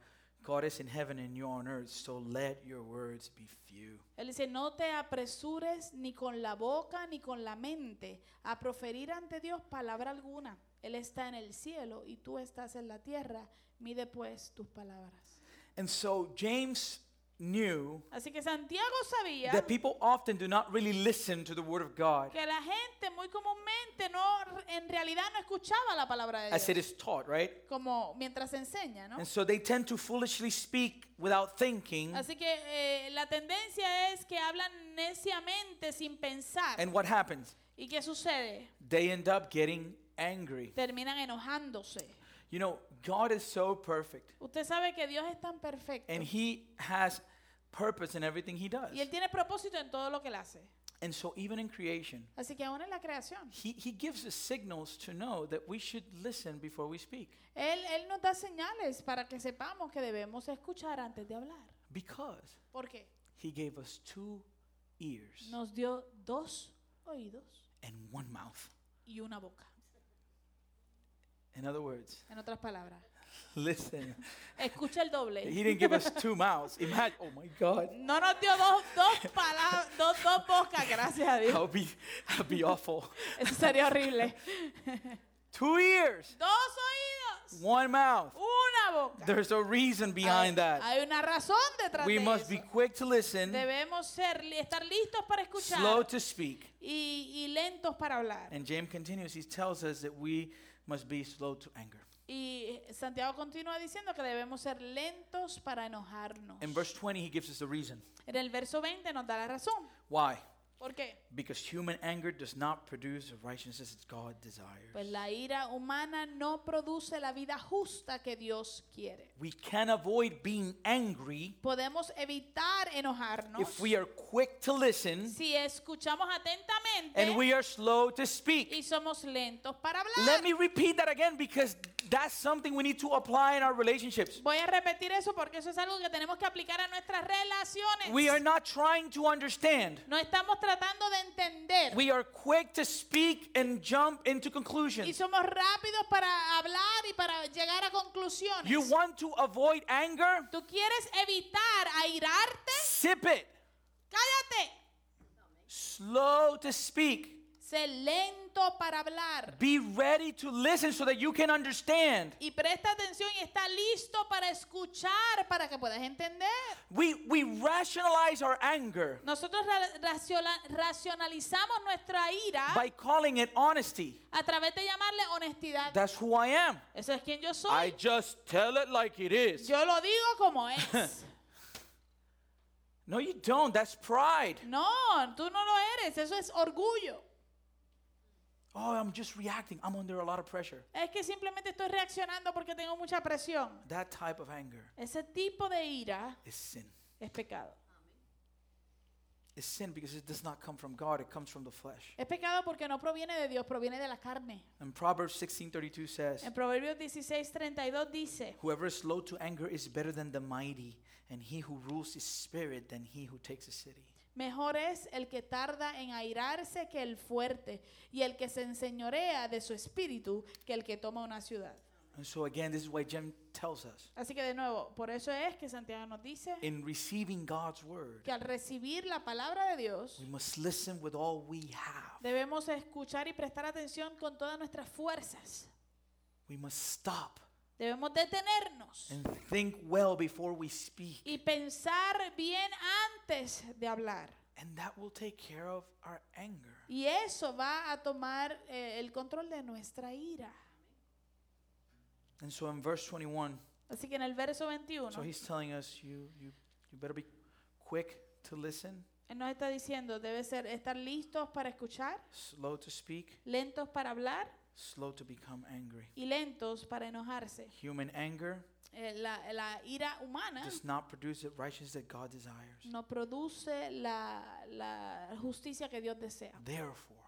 A: God is in heaven and you are on earth, so let your words be few.
B: Él dice, no te apresures ni con la boca ni con la mente a proferir ante Dios palabra alguna. Él está en el cielo y tú estás en la tierra. Mide pues tus palabras.
A: And so James knew
B: Así que Santiago sabía
A: that people often do not really listen to the word of God
B: que la gente muy comúnmente no, en realidad no escuchaba la palabra de
A: as it
B: Dios.
A: is taught, right?
B: Como mientras se enseña, ¿no?
A: And so they tend to foolishly speak without thinking.
B: Así que eh, la tendencia es que hablan neciamente sin pensar.
A: And what happens?
B: ¿Y qué sucede?
A: They end up getting angry.
B: Terminan enojándose.
A: You know, God is so perfect,
B: Usted sabe que Dios es tan perfecto.
A: and He has purpose in everything He does.
B: Y Él tiene propósito en todo lo que Él hace.
A: And so, even in creation,
B: Así que aún en la creación.
A: he, he gives us signals to know that we should listen before we speak.
B: Él, él nos da señales para que sepamos que debemos escuchar antes de hablar.
A: Because
B: ¿Por qué?
A: He gave us two ears
B: Nos dio dos oídos
A: and one mouth.
B: y una boca.
A: In other words,
B: En otras palabras,
A: Listen,
B: Escucha el
A: he
B: doble.
A: didn't give us two mouths. Imagine, oh my God,
B: No nos dio dos, dos palabras, dos, dos bocas, gracias a
A: that
B: Dios.
A: would be, that would be awful.
B: Eso sería horrible.
A: Two ears,
B: Dos oídos,
A: one mouth.
B: una boca.
A: There's a reason behind
B: hay,
A: that.
B: hay una razón detrás
A: We
B: de
A: must
B: eso.
A: be quick to listen,
B: Debemos ser, li- estar listos para escuchar
A: slow to speak.
B: y, y lentos para hablar.
A: And James continues, he tells us that we must be slow to anger.
B: Y Santiago continúa diciendo que debemos ser lentos para enojarnos.
A: In verse 20, he gives us the reason.
B: En el verso 20 nos da la razón.
A: Why?
B: ¿Por qué?
A: Because human anger does not produce the righteousness that God
B: Pues
A: desires.
B: la ira humana no produce la vida justa que Dios quiere.
A: We can avoid being angry
B: Podemos evitar enojarnos
A: if we are quick to listen
B: si escuchamos atentamente
A: and we are slow to speak.
B: y somos lentos para
A: Let
B: hablar.
A: me repeat that again because that's something we need to apply in our relationships.
B: Voy a repetir eso porque eso es algo que tenemos que aplicar a nuestras relaciones.
A: We are not trying to understand.
B: no estamos tratando de entender
A: We are quick to speak and jump into
B: y
A: conclusions.
B: somos rápidos para hablar y para llegar a conclusiones.
A: You want to avoid anger?
B: Tú quieres evitar airarte,
A: Sip it.
B: cállate.
A: Slow to speak.
B: Sé lento para hablar.
A: Be ready to listen so that you can understand.
B: Y presta atención y está listo para escuchar, para que puedas entender.
A: We, we rationalize our anger
B: Nosotros ra- raciona- racionalizamos nuestra ira
A: by calling it honesty.
B: a través de llamarle honestidad.
A: That's who I am.
B: Eso es quien
A: I
B: yo soy.
A: just tell it like it is.
B: Yo lo digo como es.
A: No, you don't. That's pride.
B: No, tú no lo eres. Eso es orgullo.
A: Oh, I'm just reacting. I'm under a lot of pressure.
B: Es que simplemente estoy reaccionando porque tengo mucha presión.
A: That type of anger
B: Ese tipo de ira
A: is sin.
B: es pecado.
A: It's sin because it does not come from God, it comes from the flesh.
B: Es pecado porque no proviene de Dios, proviene de la carne.
A: And Proverbs 16:32 says,
B: En Proverbios 16, 32 dice,
A: Whoever is slow to anger is better than the mighty, and he who rules his spirit than he who takes a city.
B: mejor es el que tarda en airarse que el fuerte, y el que se enseñorea de su espíritu que el que toma una ciudad.
A: And so again, this is why Jim tells us
B: Así que de nuevo, por eso es que Santiago nos dice
A: in receiving God's word,
B: que al recibir la palabra de Dios,
A: we must listen with all we have.
B: debemos escuchar y prestar atención con todas nuestras fuerzas.
A: We must stop
B: Debemos detenernos
A: and think well before we speak,
B: y pensar bien antes de hablar.
A: and that will take care of our anger.
B: Y eso va a tomar eh, el control de nuestra ira.
A: And so in verse 21,
B: Así que en el verso 21,
A: so he's telling us you you you better be quick to listen,
B: Él nos está diciendo, debe ser estar listos para escuchar,
A: slow to speak,
B: lentos para hablar
A: slow to become angry.
B: y lentos para enojarse.
A: Human anger
B: Eh, la, la ira humana
A: does not produce the righteousness that God desires.
B: no produce la, la justicia que Dios desea.
A: Therefore,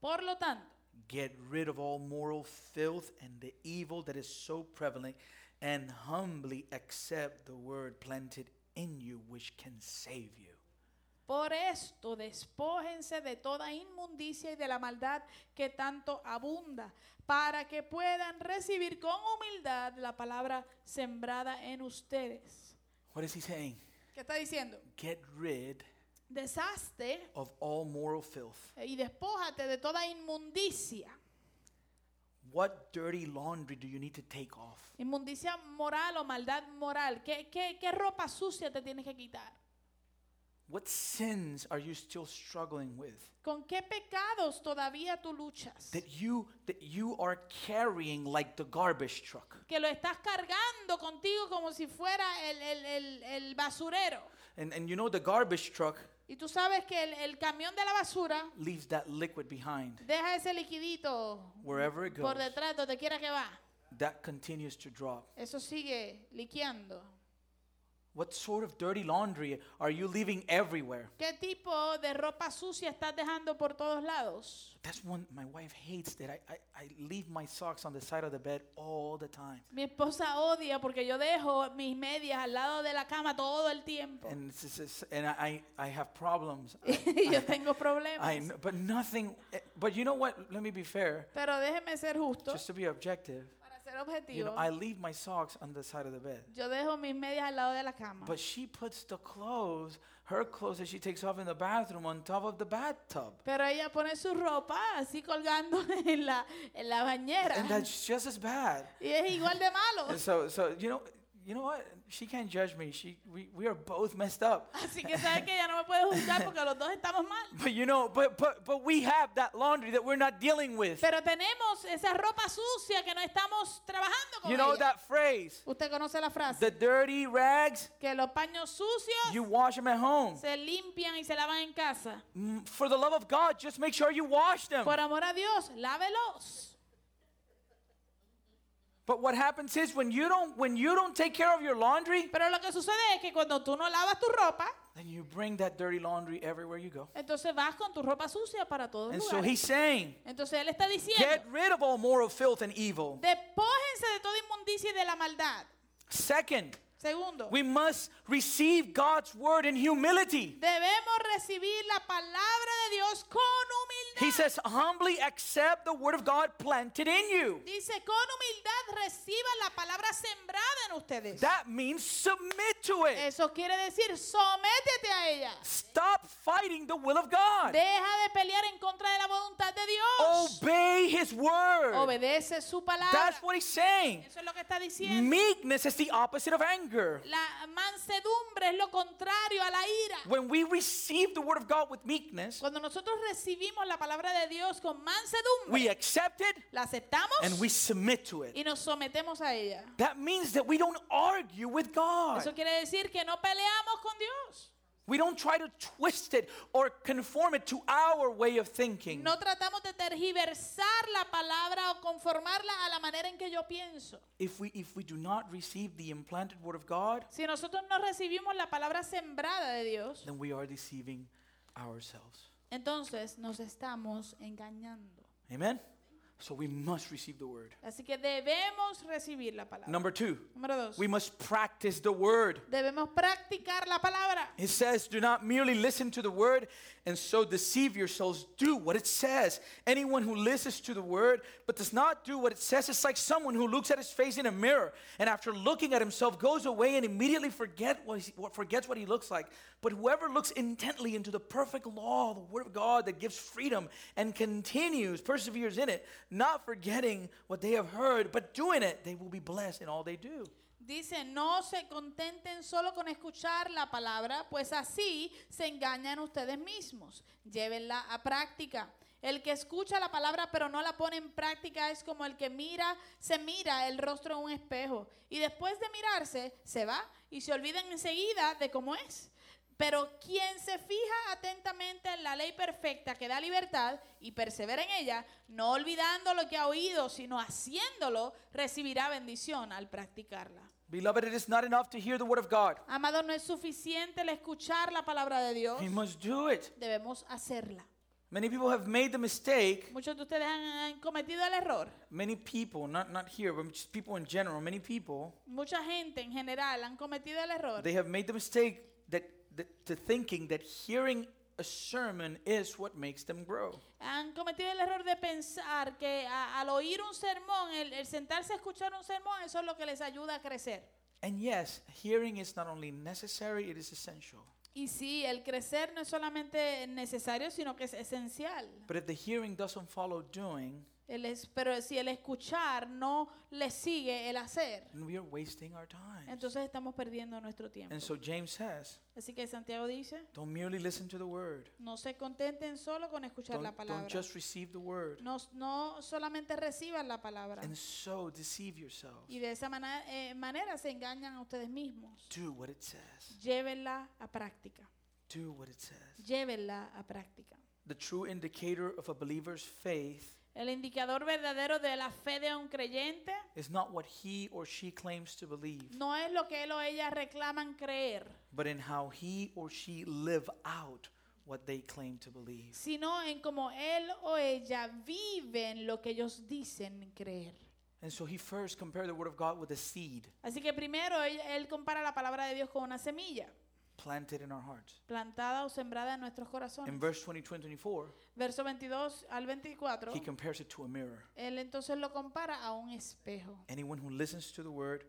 B: Por lo tanto,
A: Get rid of all moral filth and the evil that is so prevalent, and humbly accept the word planted in you, which can save you.
B: por esto despójense de toda inmundicia y de la maldad que tanto abunda, para que puedan recibir con humildad la palabra sembrada en ustedes.
A: What is he saying?
B: ¿Qué está diciendo?
A: Get rid
B: Deshazte
A: of all moral filth.
B: y despójate de toda inmundicia,
A: What dirty laundry do you need to take off?
B: inmundicia moral o maldad moral. ¿Qué, qué, qué ropa sucia te tienes que quitar?
A: What sins are you still struggling with
B: ¿Con qué pecados todavía tú luchas?
A: that you that you are carrying like the garbage truck?
B: Que lo estás cargando contigo como si fuera el, el- el- el basurero.
A: And and you know the garbage truck
B: Y tú sabes que el, el camión de la basura
A: leaves that liquid behind
B: deja ese liquidito
A: wherever it goes.
B: por detrás, donde quiera que va.
A: That continues to drop.
B: Eso sigue liqueando.
A: What sort of dirty laundry are you leaving everywhere?
B: ¿Qué tipo de ropa sucia estás dejando por todos lados?
A: That's one my wife hates that I, I, I leave my socks on the side of the bed all the time.
B: Mi esposa odia porque yo dejo mis medias al lado de la cama todo el tiempo.
A: And it's, it's, it's- and I, I I have problems.
B: Y yo tengo
A: I
B: problemas.
A: kn- but nothing but you know what? Let me be fair.
B: Pero déjeme ser justo
A: Just to be objective.
B: para ser tercer
A: You know,
B: objetivo,
A: I leave my socks on the side of the bed.
B: yo dejo mis medias al lado de la cama.
A: But she puts the clothes, her clothes that she takes off in the bathroom, on top of the bathtub.
B: Pero ella pone su ropa así colgando en la, en la bañera.
A: And that's just as bad.
B: Y es igual de malo.
A: And so, so you know, you know what? She can't judge me. She, we, we are both messed up.
B: Así que sabes que ella no me puede juzgar porque los dos estamos mal.
A: But you know, but but but we have that laundry that we're not dealing with.
B: Pero tenemos esa ropa sucia que no estamos trabajando con
A: You know
B: ella.
A: that phrase,
B: Usted conoce la frase
A: the dirty rags,
B: que los paños sucios
A: you wash them at home.
B: se limpian y se lavan en casa.
A: Mm, For the love of God, just make sure you wash them.
B: Por amor a Dios, lávelos.
A: But what happens is when you don't when you don't take care of your laundry,
B: Pero lo que sucede es que cuando tú no lavas tu ropa,
A: then you bring that dirty laundry everywhere you go.
B: entonces vas con tu ropa sucia para todos
A: And
B: los
A: so
B: lugares.
A: he's saying,
B: Entonces él está
A: get
B: diciendo,
A: rid of all moral filth and evil.
B: despójense de toda inmundicia y de la maldad.
A: Second,
B: Segundo,
A: we must receive God's word in humility.
B: debemos recibir la palabra de Dios con humildad.
A: He says, humbly accept the word of God planted in you.
B: Dice, con humildad reciban la palabra sembrada en ustedes.
A: That means submit to it.
B: Eso quiere decir, sométete a ella.
A: Stop fighting the will of God.
B: Deja de pelear en contra de la voluntad de Dios.
A: Obey his word.
B: Obedece su palabra.
A: Oh, That's what he's saying.
B: Eso es lo que está diciendo.
A: Meekness is the opposite of anger.
B: La mansedumbre es lo contrario a la ira.
A: When we receive the word of God with meekness,
B: Cuando nosotros recibimos la palabra de Dios con
A: we
B: mansedumbre,
A: accept it
B: la aceptamos
A: and we submit to it.
B: y nos sometemos a ella.
A: That means that we don't argue with
B: Eso
A: God.
B: quiere decir que no peleamos con Dios.
A: We don't try to twist it or conform it to our way of thinking.
B: No tratamos de tergiversar la palabra o conformarla a la manera en que yo pienso.
A: If we if we do not receive the implanted word of God,
B: Si nosotros no recibimos la palabra sembrada de Dios,
A: then we are deceiving ourselves.
B: entonces nos estamos engañando.
A: Amen. So we must receive the word.
B: Así que debemos recibir la palabra.
A: Number 2,
B: Número dos.
A: we must practice the word.
B: Debemos practicar la palabra.
A: It says, Do not merely listen to the word and so deceive yourselves. Do what it says. Anyone who listens to the word but does not do what it says is like someone who looks at his face in a mirror and after looking at himself goes away and immediately forget what he, what- forgets what he looks like. But whoever looks intently into the perfect law, the word of God that gives freedom and continues, perseveres in it, not forgetting what they have heard, but doing it, they will be blessed in all they do.
B: Dice, no se contenten solo con escuchar la palabra, pues así se engañan ustedes mismos. Llévenla a práctica. El que escucha la palabra pero no la pone en práctica es como el que mira, se mira el rostro en un espejo y después de mirarse se va y se olvidan enseguida de cómo es. Pero quien se fija atentamente en la ley perfecta que da libertad y persevera en ella, no olvidando lo que ha oído, sino haciéndolo, recibirá bendición al practicarla.
A: Beloved, it is not enough to hear the word of God.
B: Amado, no es suficiente el escuchar la palabra de Dios,
A: We must do it.
B: debemos hacerla.
A: Many people have made the mistake.
B: Muchos de ustedes han, han cometido el error.
A: Many people, not not here, but just people in general. Many people
B: Mucha gente en general han cometido el error
A: they have made the mistake that, that to thinking that hearing a sermon is what makes them grow.
B: Han cometido el error de pensar que a- al oír un sermón, el, el sentarse a escuchar un sermón, eso es lo que les ayuda a crecer.
A: And yes, hearing is not only necessary; it is essential.
B: Y sí, el crecer no es solamente necesario, sino que es esencial.
A: But if the hearing doesn't follow doing,
B: El es- pero si el escuchar no le sigue el hacer,
A: then we are wasting our time.
B: entonces estamos perdiendo nuestro tiempo.
A: And so James says,
B: Así que Santiago dice,
A: don't merely listen to the word.
B: no se contenten solo con escuchar
A: Don't,
B: la
A: don't
B: palabra.
A: just receive the word
B: No, no solamente reciban la palabra.
A: and so deceive yourselves.
B: Y de esa mana- eh, manera se engañan a ustedes mismos.
A: Do what it says.
B: Llévenla a práctica.
A: Do what it says.
B: Llévenla a práctica.
A: The true indicator of a believer's faith
B: El indicador verdadero de la fe de un creyente
A: is not what he or she claims to believe,
B: no es lo que él o ella reclaman creer,
A: but in how he or she live out what they claim to believe.
B: sino en cómo él o ella viven lo que ellos dicen creer.
A: And so he first compared the word of God with a seed.
B: Así que primero él, él compara la palabra de Dios con una semilla.
A: planted in our hearts.
B: plantada o sembrada en nuestros
A: In
B: corazones.
A: verse 22 and 24,
B: Verso 22 al 24,
A: he compares it to a mirror.
B: él entonces lo compara a un espejo.
A: Anyone who listens to the word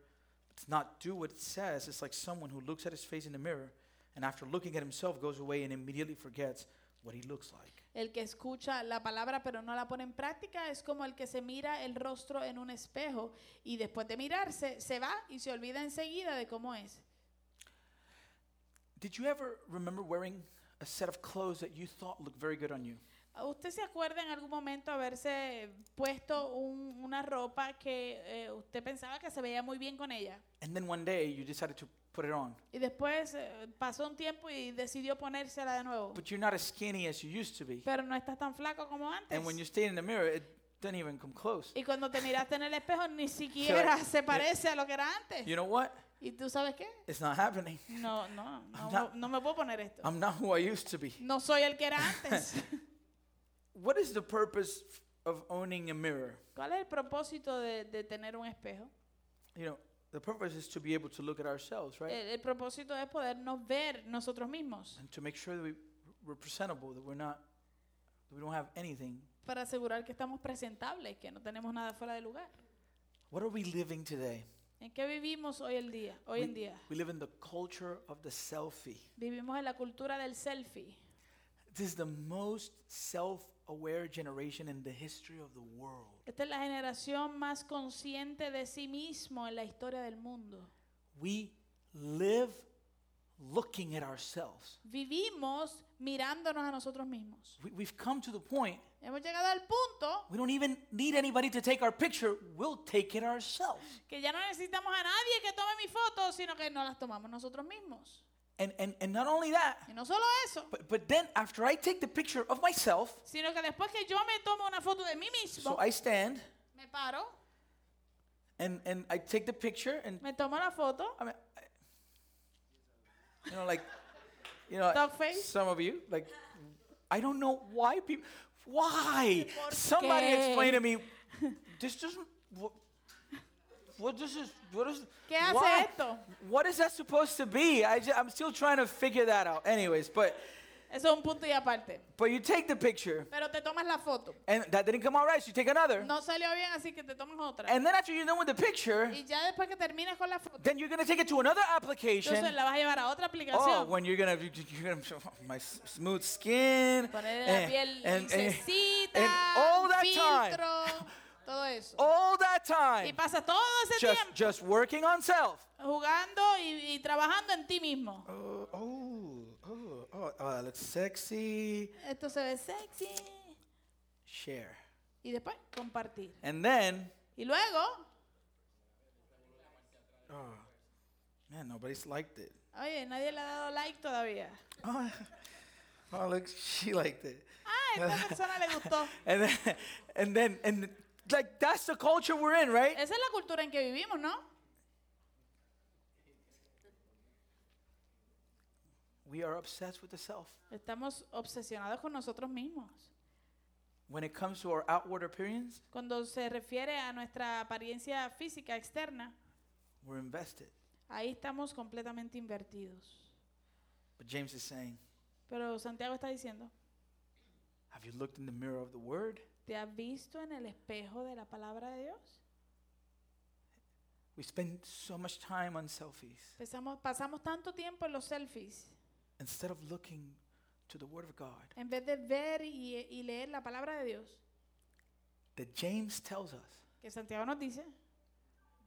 A: but does not do what it says is like someone who looks at his face in the mirror and after looking at himself goes away and immediately forgets what he looks like.
B: El que escucha la palabra pero no la pone en práctica es como el que se mira el rostro en un espejo y después de mirarse se va y se olvida enseguida de cómo es.
A: Did you ever remember wearing a set of clothes that you thought looked very good on you?
B: ¿Usted se acuerda en algún momento haberse puesto un- una ropa que eh, usted pensaba que se veía muy bien con ella?
A: And then one day you decided to put it on,
B: Y después eh, pasó un tiempo y decidió ponérsela de nuevo.
A: but you're not as skinny as you used to be.
B: Pero no estás tan flaco como antes.
A: And when you stayed in the mirror, it didn't even come close.
B: Y cuando te miraste en el espejo ni siquiera se parece a lo que era antes.
A: You know what?
B: ¿Y tú sabes qué?
A: It's not happening.
B: No, no, no,
A: not-
B: no- no me puedo poner esto.
A: I'm not who I used to be.
B: No soy el que era antes.
A: What is the purpose of owning a mirror?
B: ¿Cuál es el propósito de, de tener un espejo?
A: You know, the purpose is to be able to look at ourselves, right?
B: El, el propósito es podernos ver nosotros mismos
A: and to make sure that we, we're presentable, that we're not, that we don't have anything.
B: para asegurar que estamos presentables, que no tenemos nada fuera de lugar.
A: What are we living today?
B: ¿En qué vivimos hoy el día? Hoy en día
A: We live in the culture of the selfie.
B: vivimos en la cultura del selfie.
A: This is the most self-aware generation in the history of the world.
B: Esta es la generación más consciente de sí mismo en la historia del mundo.
A: We live looking at ourselves.
B: Vivimos mirándonos a nosotros mismos.
A: We, we've come to the point
B: Hemos llegado al punto
A: we don't even need anybody to take our picture. We'll take it ourselves.
B: que ya no necesitamos a nadie que tome mis fotos, sino que nos las tomamos nosotros mismos.
A: And and and not only that,
B: Y no solo eso,
A: but but then after I take the picture of myself,
B: sino que después que yo me tomo una foto de mí mismo,
A: so I stand
B: me paro,
A: and and I take the picture and
B: me tomo la foto,
A: I mean, I, you know, like, you know,
B: Dog face?
A: some of you, like, I don't know why people, why? Somebody explain to me, this doesn't, what, what this is, what is,
B: ¿Qué hace
A: why-
B: esto?
A: What is that supposed to be? I ju- I'm still trying to figure that out. Anyways, but,
B: eso es un punto y aparte.
A: but you take the picture,
B: Pero te tomas la foto.
A: and that didn't come out right, so you take another.
B: No salió bien, así que te tomas otra.
A: And then after you're done with the picture,
B: Y ya después que termines con la foto,
A: then you're going to take it to another application.
B: entonces la vas a llevar a otra
A: Oh,
B: aplicación.
A: when you're gonna, you're gonna my s- smooth skin,
B: Ponerle
A: Eh,
B: la piel lisecita,
A: and all that time,
B: filtro, todo eso.
A: all that
B: Y
A: time,
B: pasas todo ese
A: just
B: tiempo
A: just working on self.
B: jugando y, y trabajando en ti mismo.
A: Oh, oh, oh, oh, oh, that looks sexy.
B: Esto se ve sexy.
A: Share,
B: Y después compartir.
A: and then,
B: Y luego,
A: oh, man, nobody's liked it.
B: oye, nadie le ha dado like todavía.
A: Oh, oh, look, she liked it,
B: Ah, a esta persona le gustó.
A: and then, and then, and like that's the culture we're in, right?
B: Esa es la cultura en que vivimos, ¿no?
A: We are obsessed with the self.
B: Estamos obsesionados con nosotros mismos.
A: When it comes to our outward appearance,
B: Cuando se refiere a nuestra apariencia física externa,
A: we're invested.
B: ahí estamos completamente invertidos.
A: But James is saying,
B: Pero Santiago está diciendo,
A: Have you looked in the mirror of the Word?
B: ¿te has visto en el espejo de la palabra de Dios?
A: We spend so much time on selfies
B: Pasamos, pasamos tanto tiempo en los selfies
A: instead of looking to the Word of God.
B: en vez de ver y, y leer la palabra de Dios.
A: That James tells us
B: Que Santiago nos dice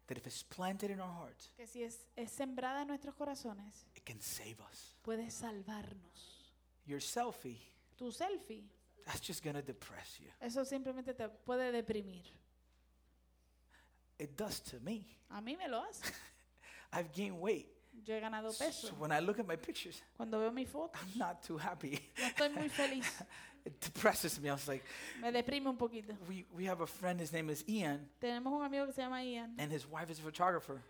A: that if it's planted in our hearts,
B: que si es, es sembrada en nuestros corazones,
A: it can save us.
B: puede salvarnos.
A: Your selfie,
B: Tu selfie,
A: that's just gonna depress you.
B: eso simplemente te puede deprimir.
A: It does to me.
B: A mí me lo hace.
A: I've gained weight.
B: Yo he ganado
A: So
B: peso.
A: when I look at my pictures,
B: Cuando veo mi foto,
A: I'm not too happy.
B: no estoy muy feliz.
A: It depresses me. I was like,
B: Me deprime un poquito.
A: we, we have a friend, his name is Ian,
B: Tenemos un amigo que se llama Ian
A: and his wife is a photographer.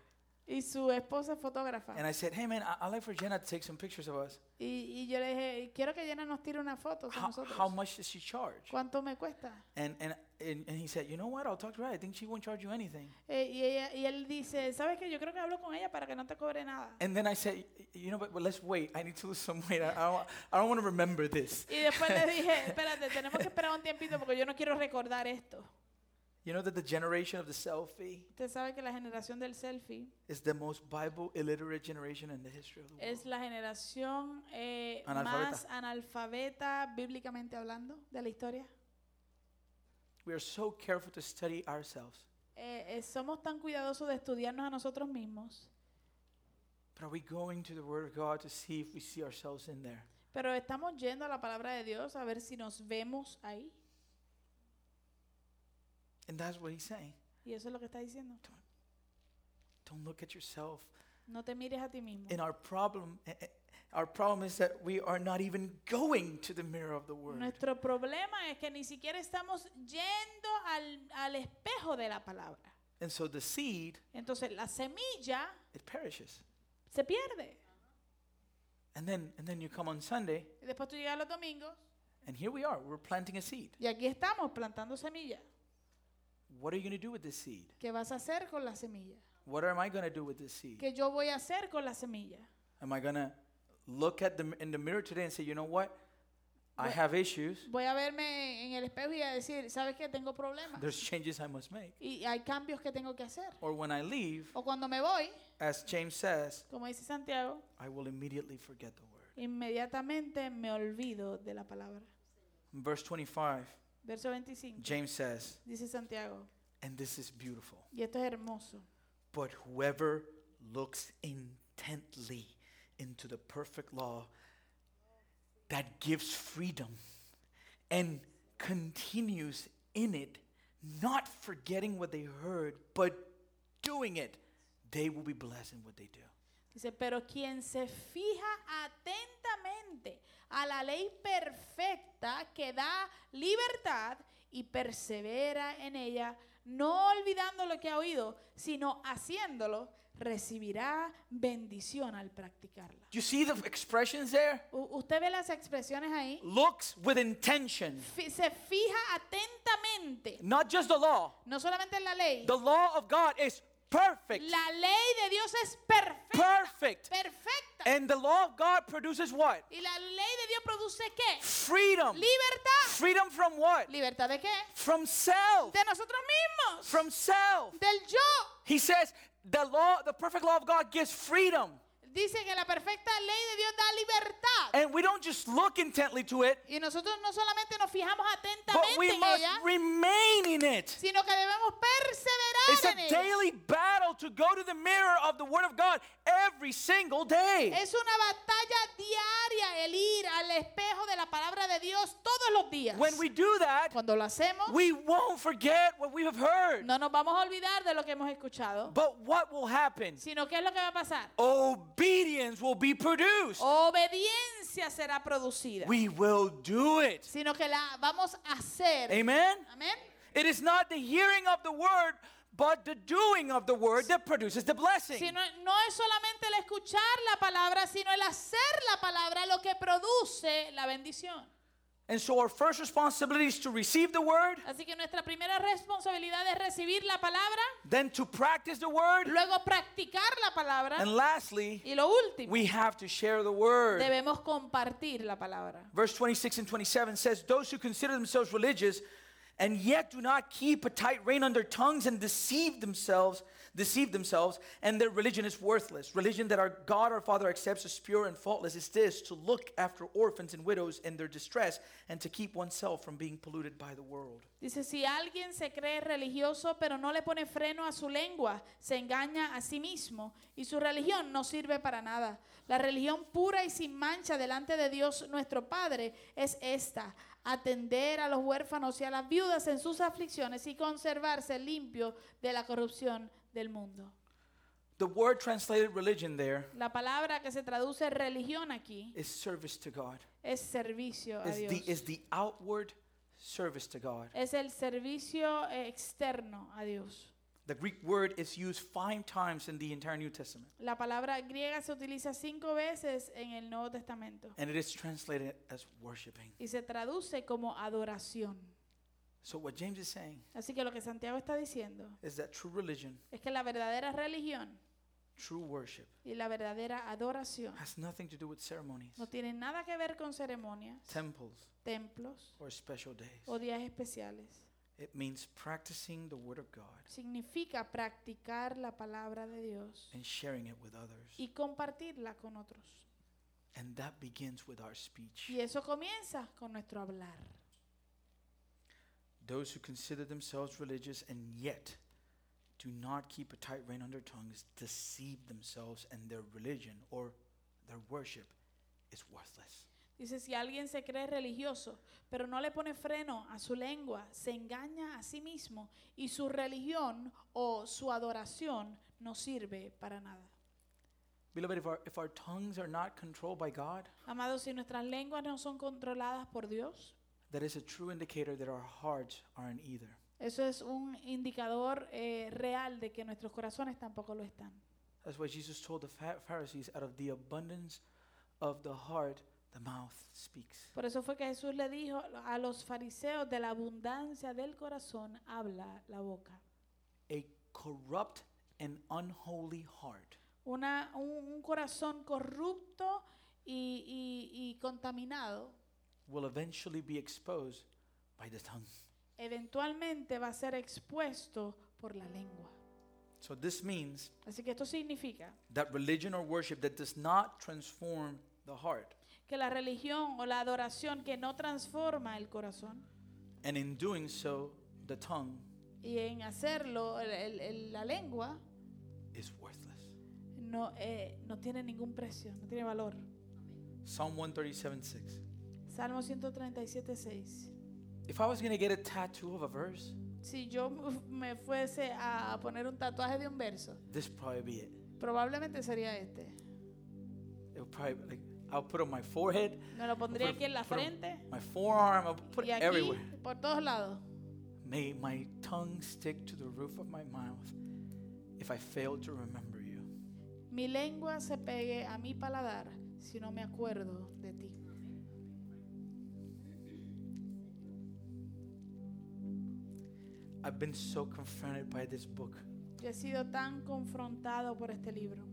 B: y su esposa es fotógrafa.
A: And I said, hey man, I, I like for Jenna to take some pictures of us.
B: Y, y yo le dije, quiero que Jenna nos tire una foto de
A: How, how
B: nosotros.
A: much does she charge?
B: ¿Cuánto me cuesta?
A: And, and, and, and he said, you know what? I'll talk to her. I think she won't charge you anything.
B: Eh, y, ella- y él dice, ¿sabes qué? Yo creo que hablo con ella para que no te cobre nada.
A: And then I said, "Y- you know, but, but let's wait. I need to lose some weight. I, I don't, I don't want to remember this.
B: Y después le dije, espérate, tenemos que esperar un tiempito porque yo no quiero recordar esto.
A: You know that the generation of the selfie
B: Usted sabe que la generación del selfie
A: is the most Bible illiterate generation in the history of the world.
B: es la generación eh,
A: Analfabeta.
B: más analfabeta bíblicamente hablando de la historia.
A: We are so careful to study ourselves,
B: Eh, eh, somos tan cuidadosos de estudiarnos a nosotros mismos,
A: but are we going to the Word of God to see if we see ourselves in there?
B: pero estamos yendo a la palabra de Dios a ver si nos vemos ahí.
A: And that's what he's saying.
B: Y eso es lo que está diciendo.
A: Don't look at yourself.
B: No te mires a ti mismo.
A: And our problem, eh, eh, our problem is that we are not even going to the mirror of the Word.
B: Nuestro problema es que ni siquiera estamos yendo al, al espejo de la palabra.
A: And so the seed,
B: Entonces la semilla
A: it perishes.
B: se pierde.
A: And then, and then you come on Sunday,
B: Y después tú llegas los domingos
A: and here we are. We're planting a seed.
B: y aquí estamos plantando semillas.
A: What are you going to do with this seed?
B: ¿Qué vas a hacer con la semilla?
A: What am I going to do with this seed?
B: ¿Qué yo voy a hacer con la semilla?
A: Am I gonna look at the in the mirror today and say, you know what? I
B: What-
A: have issues.
B: Voy a verme en el espejo y a decir, ¿sabes qué? Tengo problemas.
A: There's changes I must make.
B: Y hay cambios que tengo que hacer.
A: Or when I leave,
B: O cuando me voy,
A: as James says,
B: como dice Santiago,
A: I will immediately forget the word.
B: inmediatamente me olvido de la palabra.
A: In verse 25,
B: Verso 25.
A: James says,
B: Dice Santiago,
A: and this is beautiful.
B: y esto es hermoso.
A: But whoever looks intently into the perfect law that gives freedom and continues in it, not forgetting what they heard, but doing it, they will be blessed in what they do.
B: Dice, pero quien se fija atentamente a la ley perfecta que da libertad y persevera en ella, no olvidando lo que ha oído, sino haciéndolo, recibirá bendición al practicarla.
A: You see the expressions there?
B: U- ¿Usted ve las expresiones ahí?
A: Looks with intention,
B: Fi- se fija atentamente,
A: not just the law.
B: no solamente en la ley.
A: The law of God is perfect,
B: La ley de Dios es perfecta,
A: perfect.
B: perfecta.
A: And the law of God produces what?
B: ¿Y la ley de Dios produce qué?
A: Freedom.
B: Libertad.
A: Freedom from what?
B: ¿Libertad de qué?
A: From self.
B: De nosotros mismos.
A: From self.
B: Del yo.
A: He says the law, the perfect law of God gives freedom.
B: Dice que la perfecta ley de Dios da libertad.
A: And we don't just look intently to it,
B: Y nosotros no solamente nos fijamos
A: but
B: atentamente
A: we
B: en
A: must
B: ella,
A: remain in it.
B: sino que debemos
A: It's
B: perseverar en
A: a
B: ella.
A: daily battle to go to the mirror of the Word of God every single day.
B: Es una batalla diaria el ir al espejo de la palabra de Dios todos los días.
A: When we do that,
B: Cuando lo hacemos,
A: we won't forget what we have heard.
B: no nos vamos a olvidar de lo que hemos escuchado,
A: But what will happen?
B: sino que es lo que va a pasar.
A: Obedience will be produced.
B: Oh. Obediencia será producida,
A: We will do it.
B: sino que la vamos a hacer.
A: Amen?
B: Amén.
A: It is not the hearing of the Word, but the doing of the Word that produces the blessing.
B: Si no, no es solamente el escuchar la palabra, sino el hacer la palabra lo que produce la bendición.
A: And so our first responsibility is to receive the word,
B: Así que nuestra primera responsabilidad es recibir la palabra,
A: then to practice the word,
B: luego practicar la palabra
A: and lastly,
B: y lo último,
A: we have to share the word.
B: debemos compartir la palabra.
A: Verse 26 and 27 says, Those who consider themselves religious and yet do not keep a tight rein on their tongues and deceive themselves, deceive themselves, and their religion is worthless. Religion that our God our Father accepts as pure and faultless is this to look after orphans and widows in their distress and to keep oneself from being polluted by the world.
B: Dice, si alguien se cree religioso pero no le pone freno a su lengua, se engaña a sí mismo y su religión no sirve para nada. La religión pura y sin mancha delante de Dios nuestro Padre es esta, atender a los huérfanos y a las viudas en sus aflicciones y conservarse limpio de la corrupción del mundo.
A: The word translated religion there
B: La palabra que se traduce religión aquí
A: is service to God.
B: es servicio a
A: is
B: Dios.
A: the, is the outward service to God.
B: Es el servicio eh, externo a Dios.
A: The Greek word is used five times in the entire New Testament,
B: La palabra griega se utiliza cinco veces en el Nuevo Testamento
A: and it is translated as worshiping.
B: y se traduce como adoración.
A: So, what James is saying
B: Así que lo que Santiago está diciendo
A: is that true religion,
B: es que la verdadera religión
A: true worship,
B: y la verdadera adoración
A: has nothing to do with ceremonies,
B: no tienen nada que ver con ceremonias,
A: temples,
B: templos
A: or special
B: o
A: days.
B: días especiales.
A: It means practicing the Word of God
B: Significa practicar la palabra de Dios
A: and sharing it with others.
B: y compartirla con otros.
A: And that begins with our speech.
B: Y eso comienza con nuestro hablar.
A: Those who consider themselves religious and yet do not keep a tight rein on their tongues deceive themselves, and their religion or their worship is worthless.
B: Dice, si alguien se cree religioso, pero no le pone freno a su lengua, se engaña a sí mismo y su religión o su adoración no sirve para nada.
A: Beloved, if our, if our tongues are not controlled by God,
B: Amados, si nuestras lenguas no son controladas por Dios,
A: that is a true indicator that our hearts are in either.
B: eso es un indicador eh, real de que nuestros corazones tampoco lo están.
A: That's why Jesus told the Pha- Pharisees, out of the abundance of the heart, the mouth speaks.
B: Por eso fue que Jesús le dijo a los fariseos, de la abundancia del corazón habla la boca.
A: A corrupt and unholy heart
B: Una, un, un corazón corrupto y- y- y contaminado
A: will eventually be exposed by the tongue.
B: eventualmente va a ser expuesto por la lengua.
A: So this means
B: Así que esto significa
A: that religion or worship that does not transform the heart,
B: que la religión o la adoración que no transforma el corazón
A: and in doing so, the tongue
B: y en hacerlo el- el- el- la lengua
A: is worthless.
B: no, eh, no tiene ningún precio, no tiene valor.
A: Psalm 137 6.
B: Salmo 137, 6.
A: If I was going to get a tattoo of a verse,
B: Si yo me- me fuese a poner un tatuaje de un verso,
A: this would probably be it.
B: probablemente sería este.
A: It would probably like I'll put it on my forehead,
B: Me lo pondría
A: Put-
B: aquí en la
A: put-
B: frente
A: my forearm, I'll put
B: y
A: it
B: aquí
A: everywhere.
B: por todos lados.
A: May my tongue stick to the roof of my mouth if I fail to remember you.
B: Mi lengua se pegue a mi paladar si no me acuerdo de ti.
A: I've been so confronted by this book.
B: Yo he sido tan confrontado por este libro.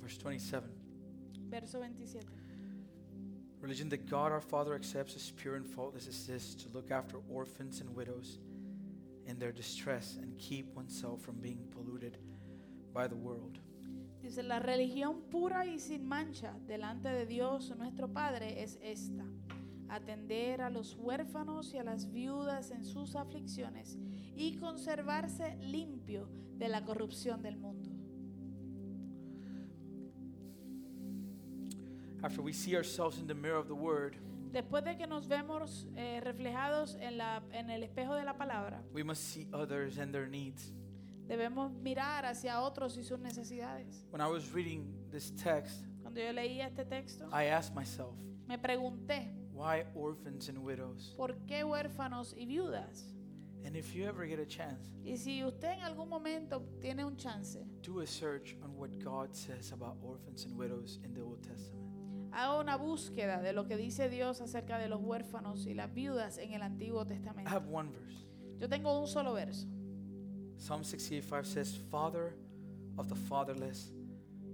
A: Verse 27.
B: Verso 27.
A: Religion that God our Father accepts as pure and faultless is this to look after orphans and widows in their distress and keep oneself from being polluted by the world.
B: Dice, la religión pura y sin mancha delante de Dios nuestro Padre es esta. Atender a los huérfanos y a las viudas en sus aflicciones y conservarse limpio de la corrupción del mundo.
A: After we see ourselves in the mirror of the Word,
B: Después de que nos vemos eh, reflejados en, la, en el espejo de la palabra,
A: we must see others and their needs.
B: debemos mirar hacia otros y sus necesidades.
A: When I was reading this text,
B: Cuando yo leía este texto,
A: I asked myself,
B: me pregunté,
A: why orphans and widows?
B: ¿por qué huérfanos y viudas?
A: And if you ever get a chance,
B: Y si usted en algún momento tiene un chance,
A: do a search on what God says about orphans and widows in the Old Testament.
B: haga una búsqueda de lo que dice Dios acerca de los huérfanos y las viudas en el Antiguo
A: I have
B: Testamento.
A: one verse.
B: Yo tengo un solo verso.
A: Psalm 68:5 says, Father of the fatherless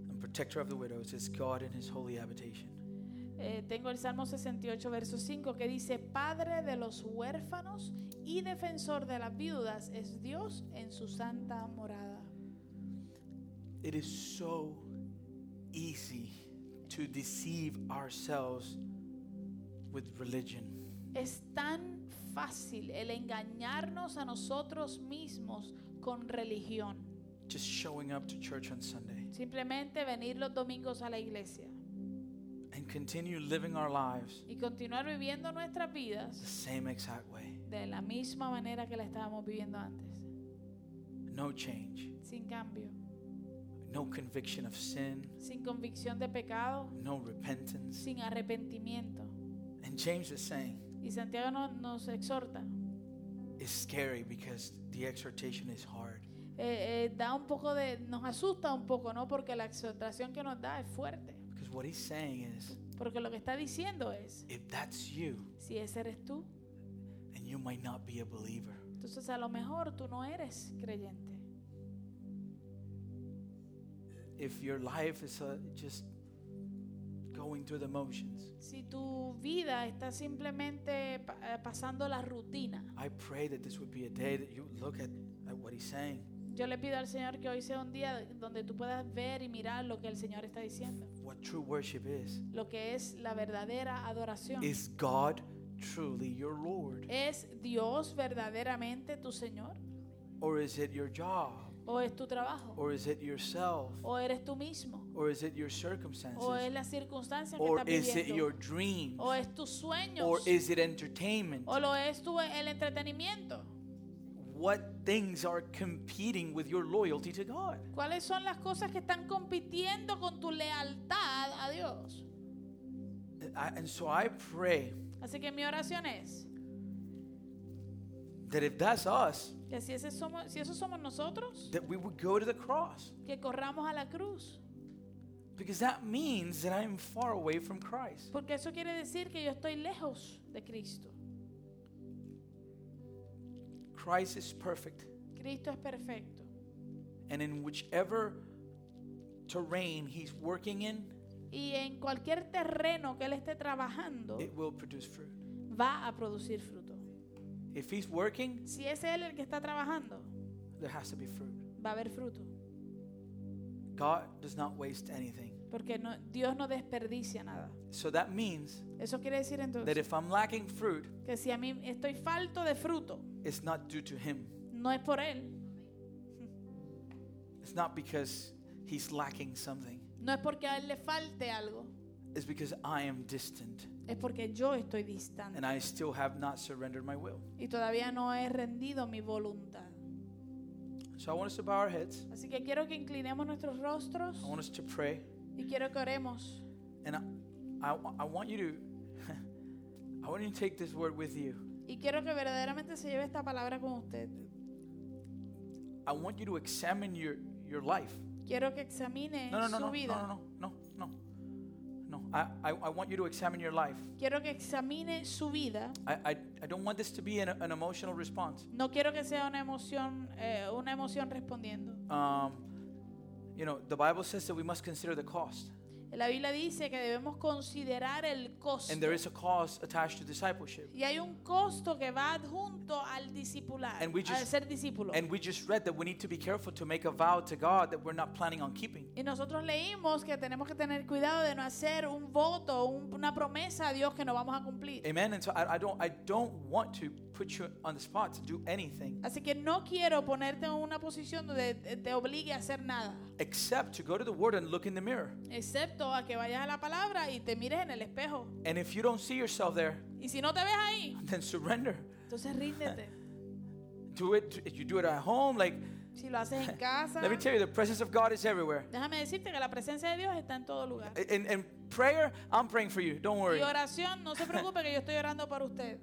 A: and protector of the widows is God in his holy habitation.
B: Eh, tengo el Salmo 68, verso 5, que dice, Padre de los huérfanos y defensor de las viudas es Dios en su santa morada.
A: It is so easy to deceive ourselves with religion.
B: Es tan fácil el engañarnos a nosotros mismos con religión.
A: Just showing up to church on Sunday
B: Simplemente venir los domingos a la iglesia
A: and continue living our lives
B: y continuar viviendo nuestras
A: the
B: vidas
A: same exact way.
B: de la misma manera que la estábamos viviendo antes,
A: No change,
B: sin cambio,
A: no conviction of sin,
B: sin convicción de pecado,
A: no repentance.
B: sin arrepentimiento.
A: And James is saying,
B: Y Santiago no- nos exhorta,
A: it's scary because the exhortation is hard.
B: Eh, eh, da un poco de, nos asusta un poco, ¿no? Porque la exhortación que nos da es fuerte.
A: Because what he's saying is,
B: Porque lo que está diciendo es,
A: if that's you,
B: si ese eres tú,
A: then you might not be a believer.
B: entonces a lo mejor tú no eres creyente.
A: If your life is uh, just going through the motions,
B: Si tu vida está simplemente pa- eh, pasando la rutina,
A: I pray that this would be a day that you look at, at what he's saying
B: yo le pido al Señor que hoy sea un día donde tú puedas ver y mirar lo que el Señor está diciendo.
A: what true worship is.
B: Lo que es la verdadera adoración.
A: Is God truly your Lord?
B: ¿Es Dios verdaderamente tu Señor?
A: Or is it your job?
B: ¿O es tu trabajo?
A: Or is it yourself?
B: ¿O eres tú mismo?
A: Or is it your circumstances?
B: ¿O es la circunstancia que
A: Or
B: estás
A: is it your
B: viviendo?
A: dreams?
B: ¿O es tus sueños?
A: Or is it entertainment?
B: ¿O lo es tu el entretenimiento?
A: What things are competing with your loyalty to God?
B: ¿Cuáles son las cosas que están compitiendo con tu lealtad a Dios?
A: I- and so I pray
B: Así que mi oración es
A: that if that's us,
B: que si, ese somos, si esos somos nosotros,
A: that we would go to the cross.
B: que corramos a la cruz.
A: Because that means that I am far away from Christ.
B: Porque eso quiere decir que yo estoy lejos de Cristo.
A: Christ is perfect.
B: Cristo es perfecto.
A: And in whichever terrain he's working in,
B: Y en cualquier terreno que Él esté trabajando,
A: it will produce fruit.
B: va a producir fruto.
A: If he's working,
B: Si es Él el que está trabajando,
A: there has to be fruit.
B: va a haber fruto.
A: God does not waste anything.
B: Porque no- Dios no desperdicia nada.
A: So that means
B: Eso quiere decir
A: that
B: entonces
A: if I'm lacking fruit,
B: que si a mí estoy falto de fruto,
A: it's not due to him.
B: no es por Él,
A: It's not because he's lacking something.
B: no es porque a Él le falte algo,
A: It's because I am distant
B: es porque yo estoy
A: and
B: distante
A: I still have not surrendered my will.
B: y todavía no he rendido mi voluntad.
A: So I want us to bow our heads.
B: Así que quiero que inclinemos nuestros rostros
A: I want us to pray.
B: y quiero que oremos.
A: And I, I, I want you to, I want you to take this word with you.
B: Y quiero que verdaderamente se lleve esta palabra con usted.
A: I want you to examine your, your life.
B: Quiero que examine
A: No, no, no,
B: su
A: no, no,
B: vida.
A: no, no, no, no. I, I, I want you to examine your life.
B: Quiero que examine su vida.
A: I, I, I don't want this to be an, an emotional response.
B: No quiero que sea una emoción, eh, una emoción respondiendo.
A: Um, you know, the Bible says that we must consider the cost.
B: La Biblia dice que debemos considerar el costo.
A: And there is a cost attached to discipleship.
B: Y hay un costo que va adjunto al discipular,
A: And we just-
B: al ser discípulo.
A: And we just read that we need to be careful to make a vow to God that we're not planning on keeping.
B: y nosotros leímos que tenemos que tener cuidado de no hacer un voto, un- una promesa a Dios que no vamos a cumplir.
A: Amen. And so I, I don't I don't want to put you on the spot to do anything
B: Así que no quiero ponerte en una posición donde te, te obligue a hacer nada,
A: except to go to the Word and look in the mirror.
B: excepto a que vayas a la palabra y te mires en el espejo.
A: And if you don't see yourself there,
B: Y si no te ves ahí,
A: then surrender.
B: entonces ríndete.
A: Do it. If you do it at home, like
B: Si lo haces en casa,
A: let me tell you, the presence of God is everywhere.
B: déjame decirte que la presencia de Dios está en todo lugar.
A: And and prayer, I'm praying for you. Don't
B: Y
A: worry.
B: oración, no se preocupe que yo estoy orando por usted.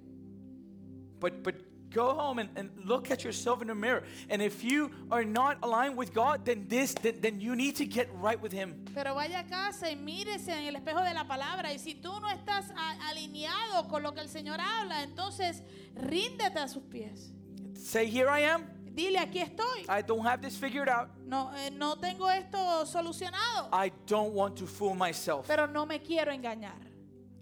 A: But but go home and, and look at yourself in the mirror. And if you are not aligned with God, then this then, then you need to get right with Him.
B: Pero vaya a casa y mírese en el espejo de la palabra. Y si tú no estás a- alineado con lo que el Señor habla, entonces ríndete a sus pies.
A: Say, here I am.
B: Dile, aquí estoy.
A: I don't have this figured out.
B: No, eh, no tengo esto solucionado,
A: I don't want to fool myself.
B: pero no me quiero engañar.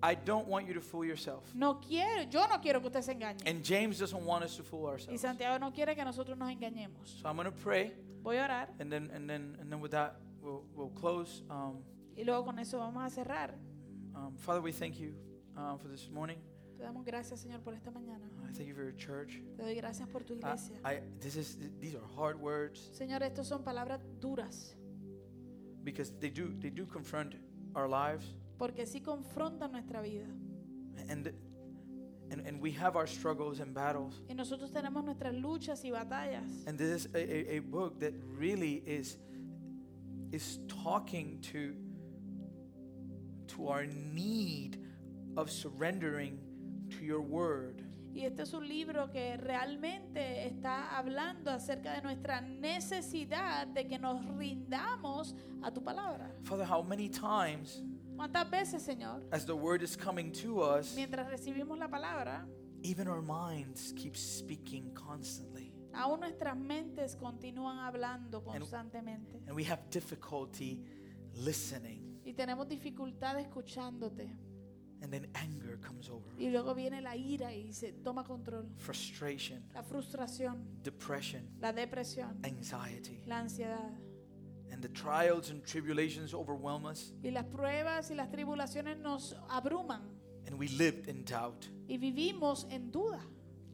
A: I don't want you to fool yourself.
B: No quiero, yo no quiero que usted se engañe.
A: And James doesn't want us to fool
B: Y
A: ourselves.
B: Santiago no quiere que nosotros nos engañemos.
A: So I'm gonna pray,
B: Voy a orar
A: and then and then and then with that we'll we'll close. Um,
B: y luego con eso vamos a cerrar.
A: Um, Father, we thank you um, for this morning.
B: Te damos gracias, Señor, por esta mañana.
A: I thank you for your church.
B: Te doy gracias por tu
A: I,
B: iglesia.
A: I, this is these are hard words
B: Señor, estas son palabras duras.
A: because they do they do confront our lives
B: porque sí confronta nuestra vida.
A: and And, and we have our struggles and battles.
B: Y nosotros tenemos nuestras luchas y batallas.
A: And this is a, a, a book that really is is talking to to our need of surrendering to your word.
B: Y este es un libro que realmente está hablando acerca de nuestra necesidad de que nos rindamos a tu palabra.
A: Father, how many times
B: ¿Cuántas veces, Señor?
A: as the word is coming to us,
B: Mientras recibimos la palabra,
A: even our minds keep speaking constantly.
B: aún nuestras mentes continúan hablando constantemente.
A: And we have difficulty listening.
B: Y tenemos dificultad escuchándote.
A: And then anger comes over.
B: Y luego viene la ira y se toma control.
A: Frustration,
B: La frustración,
A: depression,
B: la depresión,
A: anxiety.
B: la ansiedad.
A: And the trials and tribulations overwhelm us.
B: Y las pruebas y las tribulaciones nos abruman.
A: And we lived in doubt.
B: Y vivimos en duda.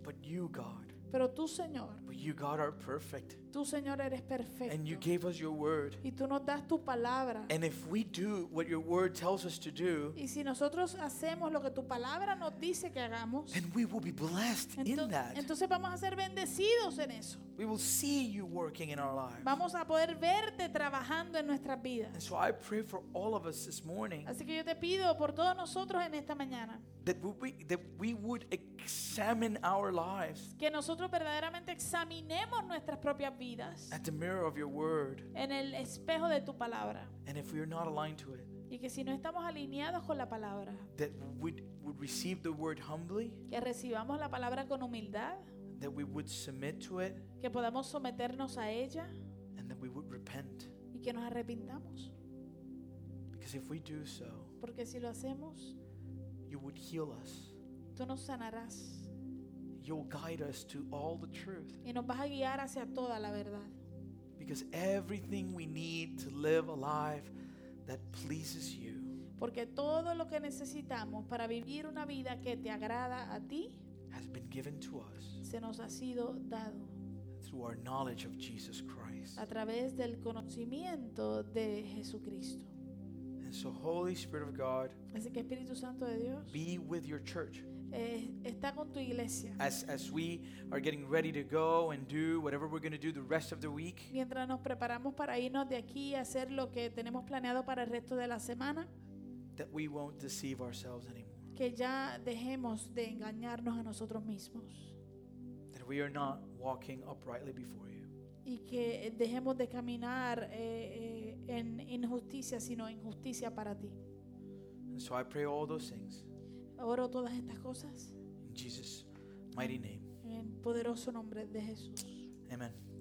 A: But you, God,
B: Pero tú, Señor,
A: but you, God, are perfect.
B: tú, Señor, eres
A: And you
B: perfecto.
A: gave us your word.
B: Y tú nos das tu palabra.
A: And if we do what your word tells us to do,
B: Y si nosotros hacemos lo que tu palabra nos dice que hagamos,
A: then we will be blessed in
B: ento-
A: that.
B: entonces vamos a ser bendecidos en eso.
A: We will see you working in our lives.
B: Vamos a poder verte trabajando en nuestras
A: And
B: vidas.
A: so I pray for all of us this morning
B: Así que yo te pido por todos nosotros en esta mañana
A: that we, that we would examine our lives
B: que nosotros verdaderamente examinemos nuestras propias vidas
A: at the mirror of your word.
B: en el espejo de tu palabra
A: And if we are not aligned to it,
B: y que si no estamos alineados con la palabra,
A: that we would, would receive the word humbly,
B: que recibamos la palabra con humildad,
A: that we would submit to it,
B: que podamos someternos a ella
A: and that we would repent.
B: y que nos arrepintamos,
A: Because if we do so,
B: porque si lo hacemos,
A: you would heal us.
B: tú nos sanarás
A: You'll guide us to all the truth.
B: y nos vas a guiar hacia toda la verdad,
A: Because everything we need to live a life that pleases you
B: porque todo lo que necesitamos para vivir una vida que te agrada a ti
A: has been given to us
B: se nos ha sido dado
A: through our knowledge of Jesus Christ.
B: a través del conocimiento de Jesucristo.
A: And so, Holy Spirit of God,
B: Así que Espíritu Santo de Dios
A: be with your church
B: eh, está con tu iglesia.
A: as, as we are getting ready to go and do whatever we're going to do the rest of the week.
B: Mientras nos preparamos para irnos de aquí y hacer lo que tenemos planeado para el resto de la semana,
A: That we won't deceive ourselves anymore.
B: que ya dejemos de engañarnos a nosotros mismos
A: That we are not walking uprightly before you.
B: y que dejemos de caminar eh, eh, en injusticia, sino en justicia para ti.
A: And so, I pray all those things
B: Oro todas estas cosas
A: in Jesus' mighty name.
B: en el poderoso nombre de Jesús.
A: Amen.